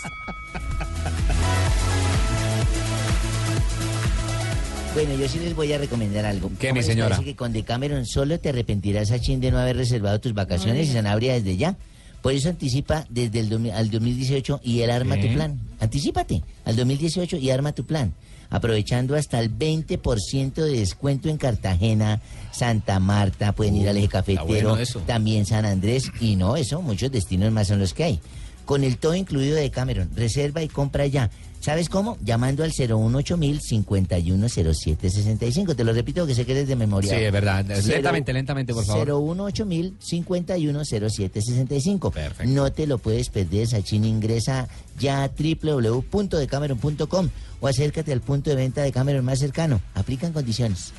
Bueno, yo sí les voy a recomendar algo. ¿Qué, ¿Cómo mi les señora? parece que con Decameron solo te arrepentirás a Chin de no haber reservado tus vacaciones y Sanabria desde ya. Por eso anticipa desde el domi- al 2018 y él arma tu Sí. plan. Anticípate al 2018 y arma tu plan. Aprovechando hasta el 20% de descuento en Cartagena, Santa Marta, pueden ir al eje cafetero, bueno eso. también San Andrés y no, eso, muchos destinos más son los que hay. Con el todo incluido de Cameron, reserva y compra ya. ¿Sabes cómo? Llamando al 018-510765. Te lo repito que sé que eres de memoria. Sí, es verdad. Cero- Lentamente, lentamente, por favor. 018-510765. Perfecto. No te lo puedes perder, Sachin. Ingresa ya a www.decameron.com o acércate al punto de venta de Cameron más cercano. Aplican condiciones.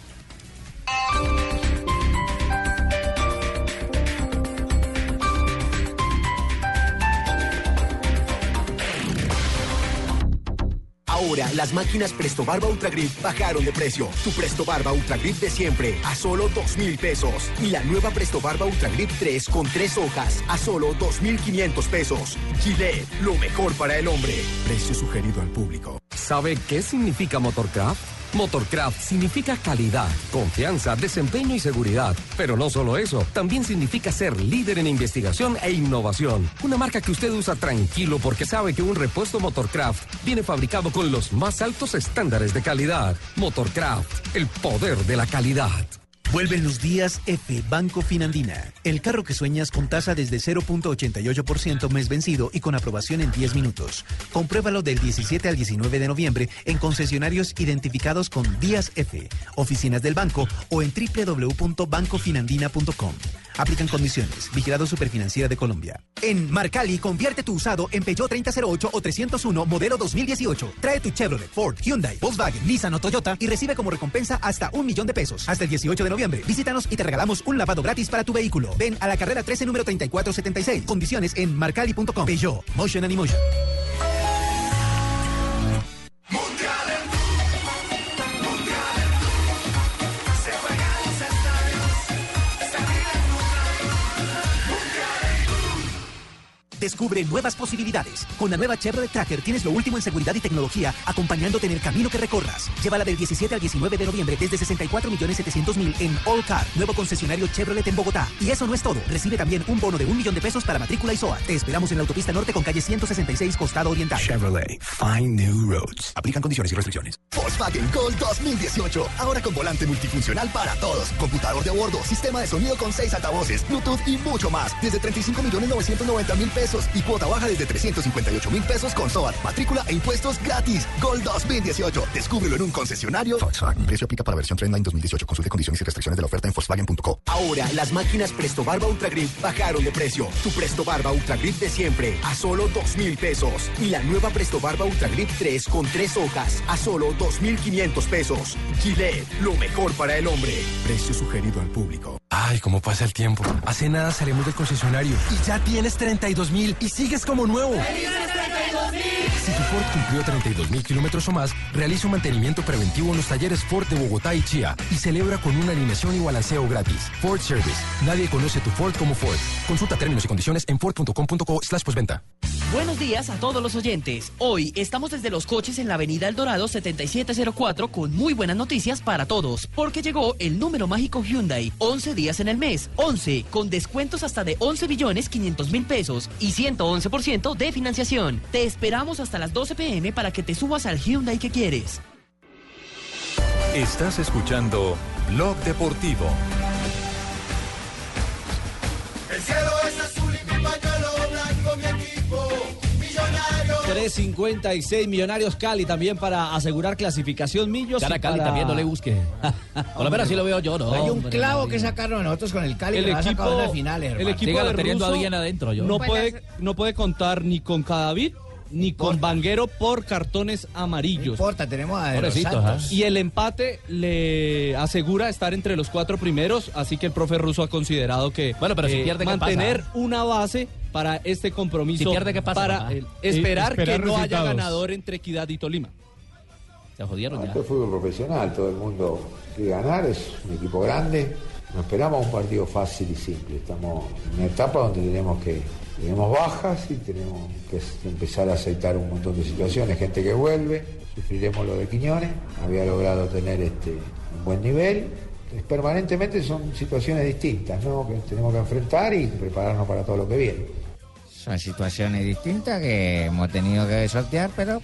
Ahora, las máquinas Presto Barba Ultra Grip bajaron de precio. Tu Presto Barba Ultra Grip de siempre a solo 2 mil pesos. Y la nueva Presto Barba Ultra Grip 3 con tres hojas a solo 2,500 pesos. Gillette, lo mejor para el hombre. Precio sugerido al público. ¿Sabe qué significa Motorcraft? Motorcraft significa calidad, confianza, desempeño y seguridad. Pero no solo eso, también significa ser líder en investigación e innovación. Una marca que usted usa tranquilo porque sabe que un repuesto Motorcraft viene fabricado con los más altos estándares de calidad. Motorcraft, el poder de la calidad. Vuelven los días F Banco Finandina. El carro que sueñas con tasa desde 0.88% mes vencido y con aprobación en 10 minutos. Compruébalo del 17 al 19 de noviembre en concesionarios identificados con Días F, oficinas del banco o en www.bancofinandina.com. Aplican condiciones. Vigilado Superfinanciera de Colombia. En Marcali, convierte tu usado en Peugeot 3008 o 301 modelo 2018. Trae tu Chevrolet, Ford, Hyundai, Volkswagen, Nissan o Toyota y recibe como recompensa hasta un millón de pesos. Hasta el 18 de noviembre, visítanos y te regalamos un lavado gratis para tu vehículo. Ven a la carrera 13, número 3476. Condiciones en marcali.com. Peugeot, Motion and Emotion. Descubre nuevas posibilidades. Con la nueva Chevrolet Tracker tienes lo último en seguridad y tecnología, acompañándote en el camino que recorras. Llévala del 17 al 19 de noviembre desde 64 millones 700 mil en All Car, nuevo concesionario Chevrolet en Bogotá. Y eso no es todo. Recibe también un bono de un millón de pesos para matrícula y SOA. Te esperamos en la autopista norte con calle 166 Costado Oriental. Chevrolet, find new roads. Aplican condiciones y restricciones. Volkswagen Gol 2018. Ahora con volante multifuncional para todos. Computador de a bordo, sistema de sonido con seis altavoces, Bluetooth y mucho más. Desde 35.990.000 pesos. pesos y cuota baja desde 358 mil pesos con SOAT. Matrícula e impuestos gratis. Gol 2018. Descúbrelo en un concesionario. Volkswagen. Precio aplica para versión Trendline 2018. Consulte condiciones y restricciones de la oferta en Volkswagen.co. Ahora, las máquinas Presto Barba Ultra Grip bajaron de precio. Tu Presto Barba Ultra Grip de siempre a solo 2 mil pesos. Y la nueva Presto Barba Ultra Grip 3 con 3 hojas a solo 2 mil 500 pesos. Gillette, lo mejor para el hombre. Precio sugerido al público. Ay, cómo pasa el tiempo. Hace nada salimos del concesionario y ya tienes 32 mil y sigues como nuevo. Si tu Ford cumplió 32 mil kilómetros o más, realiza un mantenimiento preventivo en los talleres Ford de Bogotá y Chía y celebra con una alineación y balanceo gratis. Ford Service. Nadie conoce tu Ford como Ford. Consulta términos y condiciones en ford.com.co slash postventa. Buenos días a todos los oyentes. Hoy estamos desde los coches en la avenida El Dorado 7704 con muy buenas noticias para todos, porque llegó el número mágico Hyundai, 11 días en el mes, 11, con descuentos hasta de 11 billones 500 mil pesos y 111% de financiación. Te esperamos hasta las 12 pm para que te subas al Hyundai que quieres. Estás escuchando Blog Deportivo. El cielo es azul y mi pañuelo blanco, mi equipo. Millonario. 3.56 Millonarios Cali también para asegurar clasificación Millos. Cara, Cali también no le busque. Por lo menos así lo veo yo, ¿no? Hay un clavo que sacaron nosotros con el Cali. El que lo ha sacado equipo- en la final, el hermano. equipo Dígalo, de teniendo a Russo, Diana adentro, yo. No Pues puede, no puede contar ni con Cadavid ni con Vanguero por cartones amarillos. importa, tenemos a De los Pobrecitos, Santos. Y el empate le asegura estar entre los cuatro primeros, así que el profe ruso ha considerado que eh, pero si pierde, ¿qué mantener pasa? una base para este compromiso Si pierde, ¿qué pasa, para papá? el- Eh, esperar, esperar que no haya resultados. ganador entre Equidad y Tolima. Se jodieron ya. Esto es fútbol profesional, todo el mundo quiere ganar, es un equipo grande. No esperamos un partido fácil y simple. Estamos en una etapa donde tenemos que tenemos bajas y tenemos que s- empezar a aceitar un montón de situaciones. Gente que vuelve, sufriremos lo de Quiñones, había logrado tener este, un buen nivel. Es- Permanentemente son situaciones distintas ¿no? que tenemos que enfrentar y prepararnos para todo lo que viene. Son situaciones distintas que hemos tenido que sortear, pero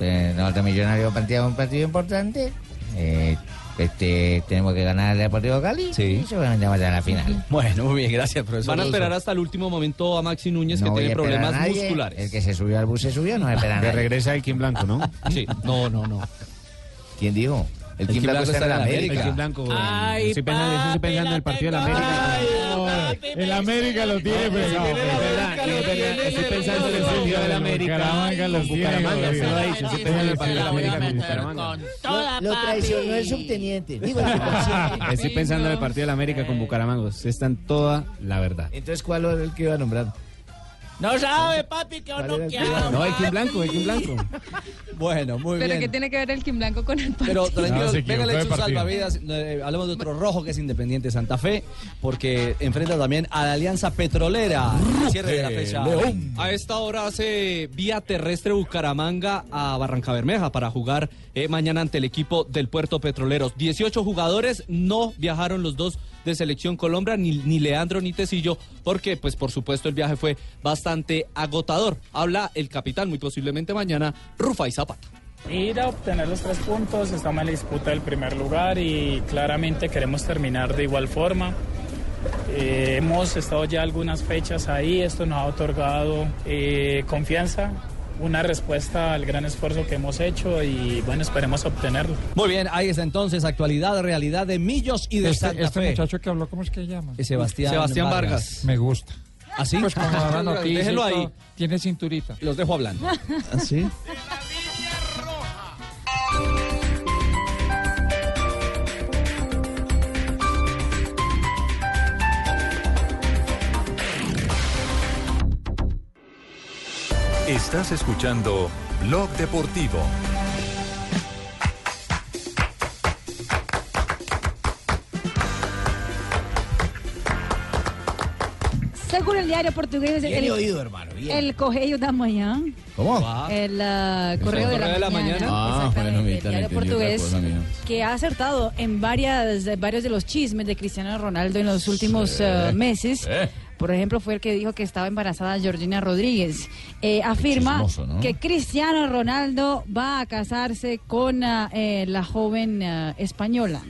eh, Nortemillonario plantea un partido importante. Eh, este, tenemos que ganar el Deportivo Cali y seguramente vamos a la final. Bueno, muy bien, gracias, profesor. Van a Russo. esperar hasta el último momento a Maxi Núñez No que voy tiene a esperar a problemas nadie. musculares. El que se subió al bus se subió, no espera Que nada. regresa el Kim Blanco, ¿no? Sí, no, no, no. ¿Quién dijo? El Kim Blanco está en la América. El Kim Blanco. Ay, estoy, pensando, yo estoy pensando en el partido de la América. el América lo tiene, pero no, es verdad, es verdad, Estoy pensando en el partido de la América. Bucaramanga lo tiene. Bucaramanga, se lo ha dicho. Estoy pensando en el partido de la América con Bucaramanga. Lo traicionó el subteniente. Digo, el subconsciente. Estoy pensando en el partido de la América con Bucaramanga. Ustedes están toda la verdad. Entonces, ¿cuál era el que iba a nombrar? No sabe, papi, que ¿Cuál era el que iba a No, el Kim Blanco, el Kim Blanco. Bueno, muy Pero ¿qué bien. tiene que ver el Kim Blanco con el partido? Pero tranquilo, Ah, se equivocó venga, le de echo un partido. salvavidas. eh, hablemos de otro rojo que es Independiente Santa Fe, porque enfrenta también a la Alianza Petrolera. Cierre de la fecha. León. A esta hora hace vía terrestre Bucaramanga a Barranca Bermeja para jugar eh, mañana ante el equipo del Puerto Petroleros. 18 jugadores no viajaron los dos de selección Colombia, ni, ni Leandro ni Tecillo, porque pues por supuesto el viaje fue bastante agotador. Habla el capitán, muy posiblemente mañana, Rufa y Zapata. Ir a obtener los tres puntos, estamos en la disputa del primer lugar y claramente queremos terminar de igual forma. Eh, hemos estado ya algunas fechas ahí, esto nos ha otorgado eh, confianza, una respuesta al gran esfuerzo que hemos hecho y bueno, esperemos obtenerlo. Muy bien, ahí está entonces actualidad, realidad de Millos y de Santa Fe. Este, que habló, ¿cómo es que llama? Eh, Sebastián Sebastián Vargas. ¿Ah, Vargas. Me gusta. ¿Así? Pues como da noticias. Déjelo y todo, ahí. Tiene cinturita. Los dejo hablando. ¿Ah, ¿Así? Estás escuchando Blog Deportivo. Según el diario portugués, Bien el, oído, hermano, bien. el Correio da Manhã, ¿Cómo? Oh. Eh, el ah, correo, de la, mañana, Ah, bueno, mi tal, diario entendí otra portugués. cosa, mira. que ha acertado en varias, varios de los chismes de Cristiano Ronaldo en los últimos eh, meses. Eh. Por ejemplo, fue el que dijo que estaba embarazada Georgina Rodríguez. Eh, afirma chismoso, ¿no? que Cristiano uh, Ronaldo va a casarse con ah, eh, la joven ah, uh, española.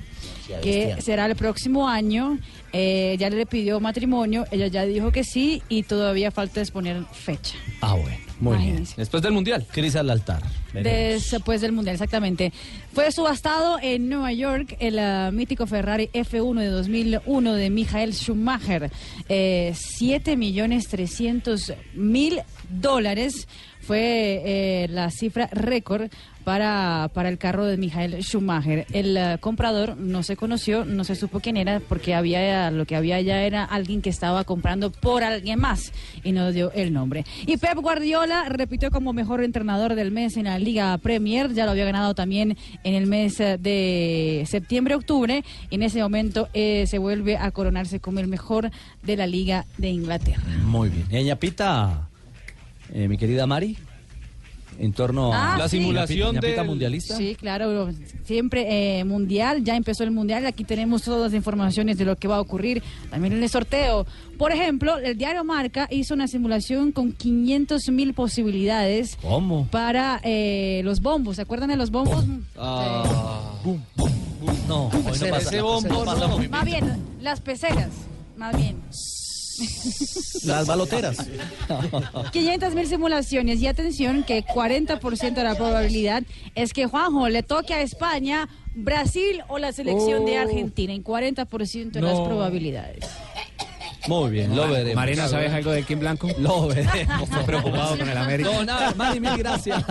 que será el próximo año. Eh, ya le pidió matrimonio, ella ya dijo que sí y todavía falta exponer fecha. Ah, bueno. Muy bien. Después del Mundial. Cris al altar. Después pues, del Mundial, exactamente. Fue subastado en Nueva York el ah, mítico Ferrari F1 de 2001 de Michael Schumacher. Eh, 7 millones 300 mil dólares fue eh, la cifra récord para, para el carro de Michael Schumacher. El ah, comprador no se conoció, no se supo quién era, porque había lo que había ya era alguien que estaba comprando por alguien más y no dio el nombre. Y Pep Guardiola repitió como mejor entrenador del mes en la Liga Premier, ya lo había ganado también en el mes eh, de septiembre-octubre, y en ese momento eh, se vuelve a coronarse como el mejor de la Liga de Inglaterra. Muy bien. Ñaña Pita, eh, mi querida Mari, en torno Ah, a La sí. simulación Ñaña Pita del- mundialista. Sí, claro, siempre eh, mundial, ya empezó el mundial, aquí tenemos todas las informaciones de lo que va a ocurrir, también en el sorteo. Por ejemplo, el diario Marca hizo una simulación con 500 mil posibilidades ¿Cómo? para eh, los bombos, ¿se acuerdan de los bombos? Ah. No, hoy no Ese- pasa. ese bombo no pasa muy bien. Más bien, las peceras, más bien. Las baloteras. 500 mil simulaciones y atención que 40% de la probabilidad es que Juanjo le toque a España, Brasil o la selección de Oh. Argentina en 40% de las No. probabilidades. Muy bien, lo veremos. Marina, ¿sabes algo del Kim Blanco? Lo veremos. Está preocupado con el América. Don Abe, Mari, mil gracias.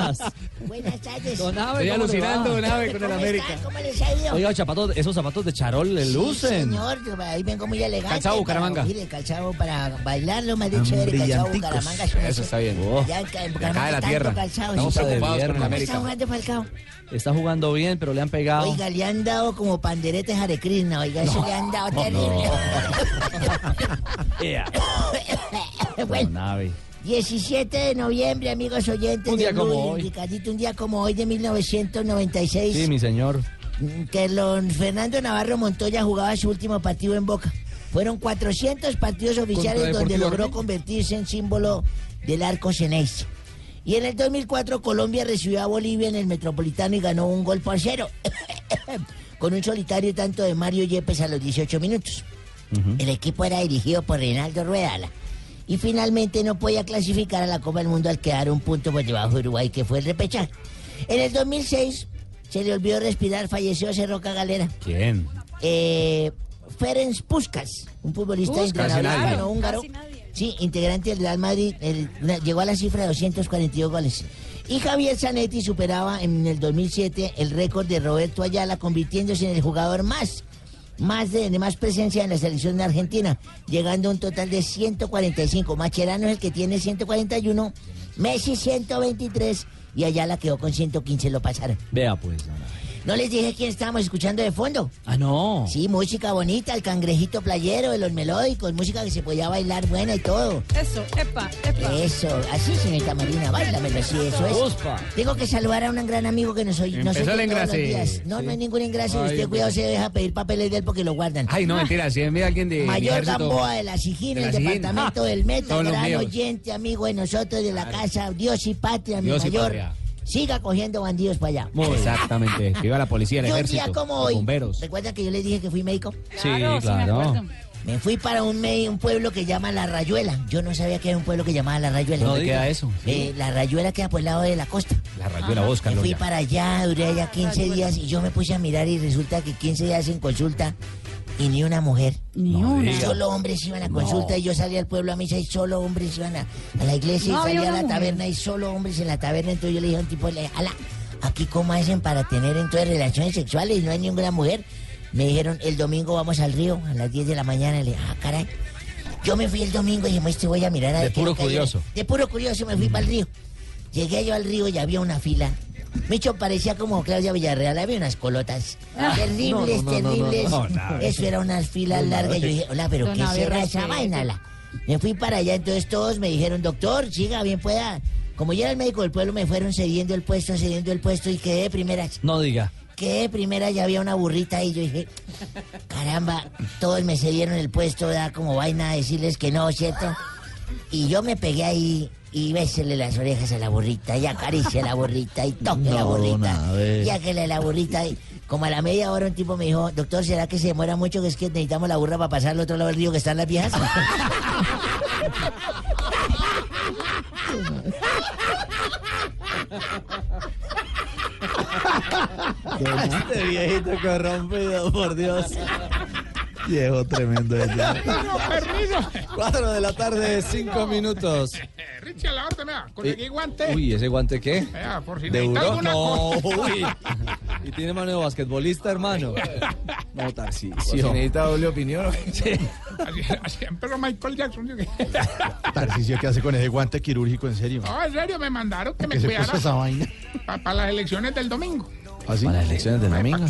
Buenas tardes. Don Abe, Estoy ¿cómo le alucinando, va? don Abe, con el ¿Cómo América. está? ¿Cómo les ha ido? Oiga, zapatos, esos zapatos de charol le Sí, lucen. señor, yo ahí vengo muy elegante. Calzado para Bucaramanga. oír el calzado para bailarlo, más de chévere. Calzado Ah, brillanticos. Bucaramanga. yo no Eso sé. está bien. Oh. Ya en ca- en De Bucaramanga acá de la tanto tierra. calzado, Estamos sí. preocupados con el ¿Cómo América. Está jugando Falcao. Está jugando bien, pero le han pegado. Oiga, le han dado como panderetes a Hare Krishna, oiga, eso le han dado terrible. Ea. Bueno, Don Abe. 17 de noviembre, amigos oyentes. Un día de como Blue y hoy. Ricardito, un día como hoy de 1996. Sí, mi señor. que don Fernando Navarro Montoya jugaba su último partido en Boca. Fueron 400 partidos oficiales Deportivo donde logró Armenia. convertirse en símbolo del arco ceneice. Y en el 2004 Colombia recibió a Bolivia en el Metropolitano y ganó un gol por cero. Con un solitario tanto de Mario Yepes a los 18 minutos. El equipo era dirigido por Reinaldo Ruedala. Y finalmente no podía clasificar a la Copa del Mundo al quedar un punto por debajo de Uruguay, que fue el repechaje. En el 2006 se le olvidó respirar, falleció Cerroca Galera. ¿Quién? Eh, Ferenc Puskas, un futbolista Puskás, casi internacional nadie. húngaro. Sí, integrante del Real Madrid, el- na- llegó a la cifra de 242 goles. Y Javier Zanetti superaba en el 2007 el récord de Roberto Ayala, convirtiéndose en el jugador más, más de, de más presencia en la selección de Argentina, llegando a un total de 145. Macherano es el que tiene 141, Messi 123 y Ayala quedó con 115, lo pasaron. Vea, pues. ¿No les dije quién estábamos escuchando de fondo? Ah, no. Sí, música bonita, el cangrejito playero, de los melódicos, música que se podía bailar buena y todo. Eso, epa, epa. Eso, así señorita Marina, báilamelo, sí, eso es. Uspa. Tengo que saludar a un gran amigo que nos oye. Nos Empezó oye el todos los engrase. días. No, no hay ningún engrase, Ay, usted Dios. cuidado se deja pedir papeles de él porque lo guardan. Ay, no, mentira, si envía a alguien de. mi Mayor ejército- Gamboa de la de Sigina, la el Sigina. departamento Ah, del Meta, todos los gran míos. oyente, amigo de nosotros, de la casa, Dios y patria, Dios y mi mayor. patria. Siga cogiendo bandidos para allá. Muy Exactamente. Viva la policía, el Yo un ejército. día como los hoy. bomberos. ¿Recuerda que yo les dije que fui médico? Sí, Claro, sí me claro. acuerdo. Me fui para un, me- un pueblo que llama La Rayuela. Yo no sabía que era un pueblo que llamaba La Rayuela. ¿Dónde queda eso? Eh, la Rayuela queda por el lado de la costa. La rayuela Oscar Me fui Loria. para allá, duré Ah, allá 15 días y yo me puse a mirar y resulta que 15 días en consulta y ni una mujer. Ni una. diga. Solo hombres iban a No. consulta y yo salía al pueblo a misa y solo hombres iban a, a la iglesia No y había salía a la una mujer. taberna y solo hombres en la taberna. Entonces yo le dije a un tipo, le dije, ala, aquí cómo hacen para tener entonces relaciones sexuales y no hay ninguna mujer. Me dijeron, el domingo vamos al río a las 10 de la mañana. Le dije, ah, caray. Yo me fui el domingo y dije, este voy a mirar a De ver qué es lo puro que hay". curioso. Mm. De puro curioso me fui para el río. Llegué yo al río y había una fila. Micho parecía como Claudia Villarreal, había unas colotas. Ah, terribles, no, no, no, no, terribles. no, no, no. Eso era unas filas No, no, largas. Yo no. dije, hola, pero No, ¿qué no, será respete. esa vaina? la?". Me fui para allá, entonces todos me dijeron, doctor, siga, bien pueda. Como yo era el médico del pueblo, me fueron cediendo el puesto, cediendo el puesto y quedé de primeras. No diga. Quedé de primera, ya había una burrita ahí. Yo dije, caramba, todos me cedieron el puesto, da como vaina decirles que no, ¿cierto? Y yo me pegué ahí y bésele las orejas a la burrita, y acaricia a la burrita, y toque la burrita, y áquele la burrita. Y, Como a la media hora un tipo me dijo, doctor, ¿será que se demora mucho? Que es que necesitamos la burra para pasar al otro lado del río que están las viejas. Este viejito corrompido, por Dios. Llegó tremendo. permiso. Eh, Cuatro de la tarde, cinco minutos. Richie, a la orden, vea, conseguí Eh, guante. Uy, ¿ese guante qué? Vea, por si ¿De necesita Euro? alguna No, cosa. uy. Y tiene mano de basquetbolista, hermano. No, Tarcisio. si necesita doble opinión. Así, así, pero Michael Jackson. yo- Tarcisio, ¿qué hace con ese guante quirúrgico en serio? No, en serio, me mandaron que me ¿Qué se cuidara puso esa vaina? ¿Ah, para las elecciones del domingo. ¿Así? Para las elecciones de domingo.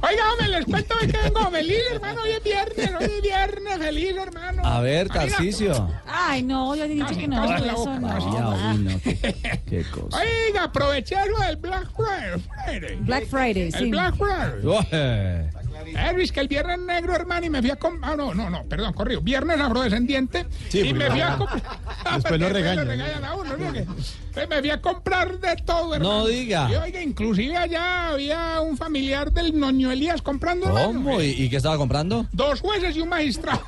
Oiga, hombre, les cuento hoy que vengo feliz, hermano. Hoy es viernes, hoy es viernes, feliz, hermano. A ver, Marina, Tarcisio. Ay, no, yo he dicho que no, Casi la eso boca. no. Ya, uy, no, qué, qué cosa. Oiga, aprovechalo del Black Friday. Black Friday, sí. El Black Friday. Ué. Elvis, que el viernes negro, hermano, y me fui a comprar. Ah, no, no, no, perdón, corrido. Viernes afrodescendiente. Sí, y me porque- fui a comprar. Después lo regañan, ¿no? regañan a uno, ¿no? Que- Eh, Me fui a comprar de todo, hermano. No diga. Y oiga, inclusive allá había un familiar del Noño Elías comprando. hermano. ¿Cómo? ¿Y, y qué estaba comprando? Dos jueces y un magistrado.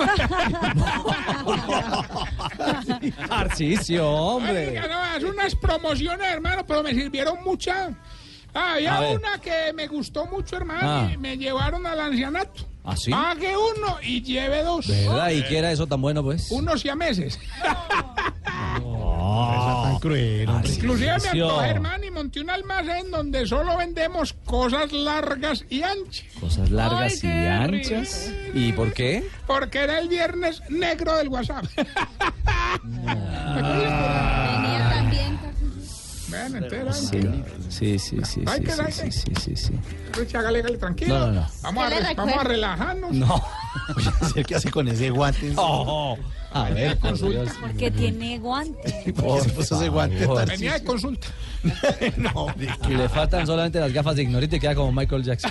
Tarcisio, hombre. Oiga, no, es unas promociones, hermano, pero me sirvieron muchas. Ah, A Había ver. una que me gustó mucho, hermano, Ah. y me llevaron al ancianato. ¿Ah, sí? Pague uno y lleve dos. ¿De verdad? ¿Y qué era eso tan bueno, pues? Unos siameses. tan cruel. Inclusive me antojé, hermano, y monté un almacén donde solo vendemos cosas largas y anchas. Cosas Ay, largas qué y anchas. ¿Y por qué? Porque era el viernes negro del WhatsApp. Ah. Ah. Bueno, entonces, Sí, sí, sí, sí, Ay, sí, que sí, sí, sí, sí, sí. Richie, hágale, hágale, tranquilo. No, no, no. Vamos, a, ¿Qué le re- vamos a recuerda? relajarnos. No. ¿Qué hace con ese guante? Oh, a ver, por Dios. Porque tiene guantes. ¿Por qué se puso ese guante? favor. Tarcisio? Venía de consulta. no, Y le faltan solamente las gafas de ignorita y queda como Michael Jackson.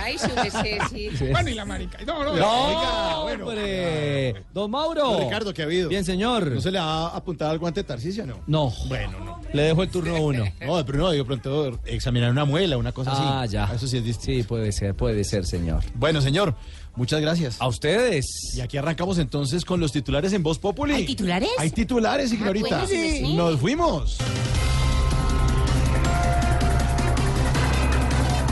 Sí. Bueno, y la marica. No, no, No, Oiga, bueno. hombre. Don Mauro. Don Ricardo, ¿qué ha habido? Bien, señor. ¿No se le ha apuntado al guante de Tarcisio, no? No. Bueno, no. Le dejo el turno a uno. No, pero no, digo, pronto examinar una muela, una cosa así. Ah, ya. Eso sí es Sí, puede ser, puede ser, señor. Bueno, señor, muchas gracias. A ustedes. Y aquí arrancamos entonces con los titulares en Voz Populi. ¿Hay titulares? Hay titulares, Ah, ignorita. bueno, sí. Nos fuimos.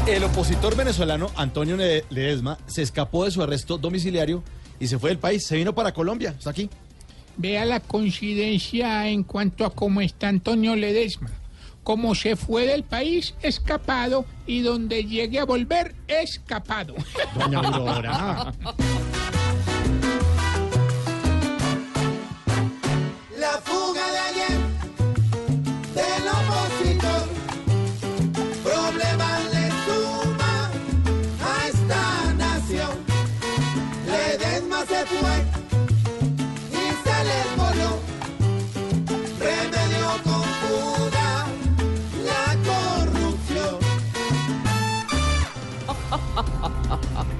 El opositor venezolano Antonio Ne- Ledesma se escapó de su arresto domiciliario y se fue del país. Se vino para Colombia. Está aquí. Vea la coincidencia en cuanto a cómo está Antonio Ledesma. Como se fue del país, escapado, y donde llegue a volver, escapado. Doña Aurora. La fuga de ayer del opositor. Problemas le suma a esta nación. Ledesma se fue y se les voló. Remedio con fuga la corrupción.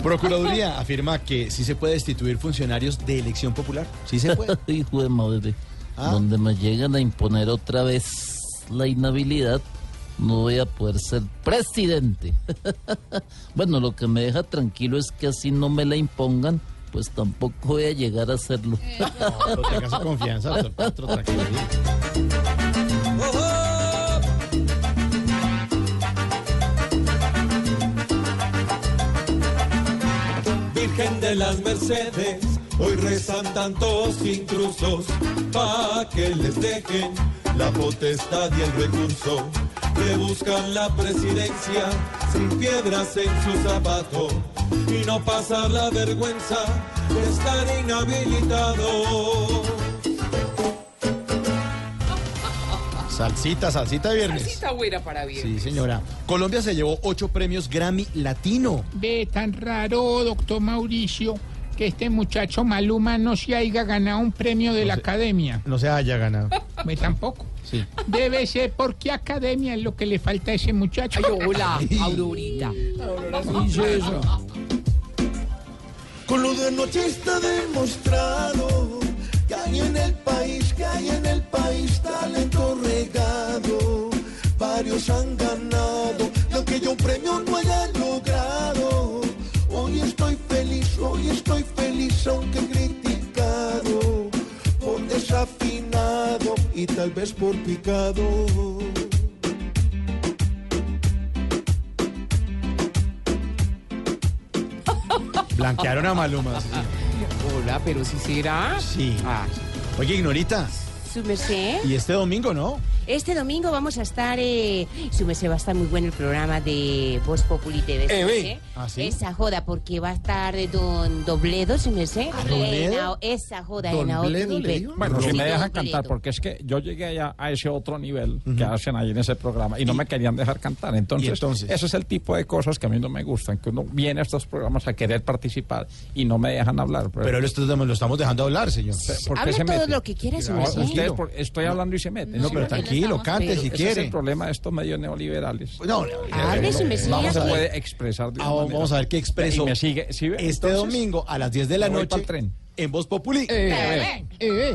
Procuraduría afirma que sí se puede destituir funcionarios de elección popular. Sí se puede. Hijo de madre. Donde me llegan a imponer otra vez la inhabilidad, no voy a poder ser presidente. bueno, lo que me deja tranquilo es que así no me la impongan, pues tampoco voy a llegar a hacerlo. No tengas confianza, doctor Castro, tranquilo. Virgen de las Mercedes, hoy rezan tantos intrusos, pa' que les dejen la potestad y el recurso, que buscan la presidencia sin piedras en su zapato y no pasar la vergüenza de estar inhabilitado. Salsita, salsita de viernes. Salsita buena para bien. Sí, señora. Colombia se llevó ocho premios Grammy Latino. Ve tan raro, doctor Mauricio, que este muchacho Maluma no se haya ganado un premio de la academia. No se haya ganado. Pues tampoco. Sí. Debe ser porque academia es lo que le falta a ese muchacho. Ay, hola, Aurorita. Con lo de noche está demostrado que hay en el país, que hay en el país talento regado. Varios han ganado, y aunque yo un premio no haya logrado. Hoy estoy feliz aunque criticado, por desafinado y tal vez por picado. Blanquearon a Maluma. sí. Hola, pero si será. Ah. Sí. Oye, Ignorita, Su merced. y este domingo, ¿no? ¿eh? Este domingo vamos a estar, eh, su merced va a estar muy bueno el programa de Voz Populi TV. su Eh, merced. ve. ¿Ah, sí? Esa joda, porque va a estar eh, Don Dobledo, su merced. ¿Ah, ¿Robledo? En a- esa joda en a otro nivel. Bueno, si Sí, me Don dejan Robledo. cantar, porque es que yo llegué allá a ese otro nivel que hacen ahí en ese programa y no me querían dejar cantar. Entonces, ese es el tipo de cosas que a mí no me gustan, que uno viene a estos programas a querer participar y no me dejan hablar. Pero, Pero lo, estu- lo estamos dejando hablar, señor. ¿por qué Hable se todo mete? lo que quiera, su No, merced. ustedes, por- estoy hablando y se mete. No, pero tranquilo, cante Ese si es quiere. el problema de estos medios neoliberales. Eh, No, no, no, no, no se puede expresar de una Ah, manera. vamos a ver qué expreso. Y me sigue, ¿sí ve? Este Entonces, domingo a las 10 de la me voy noche pa'l tren. en Voz Populi. Eh, eh. Eh, eh.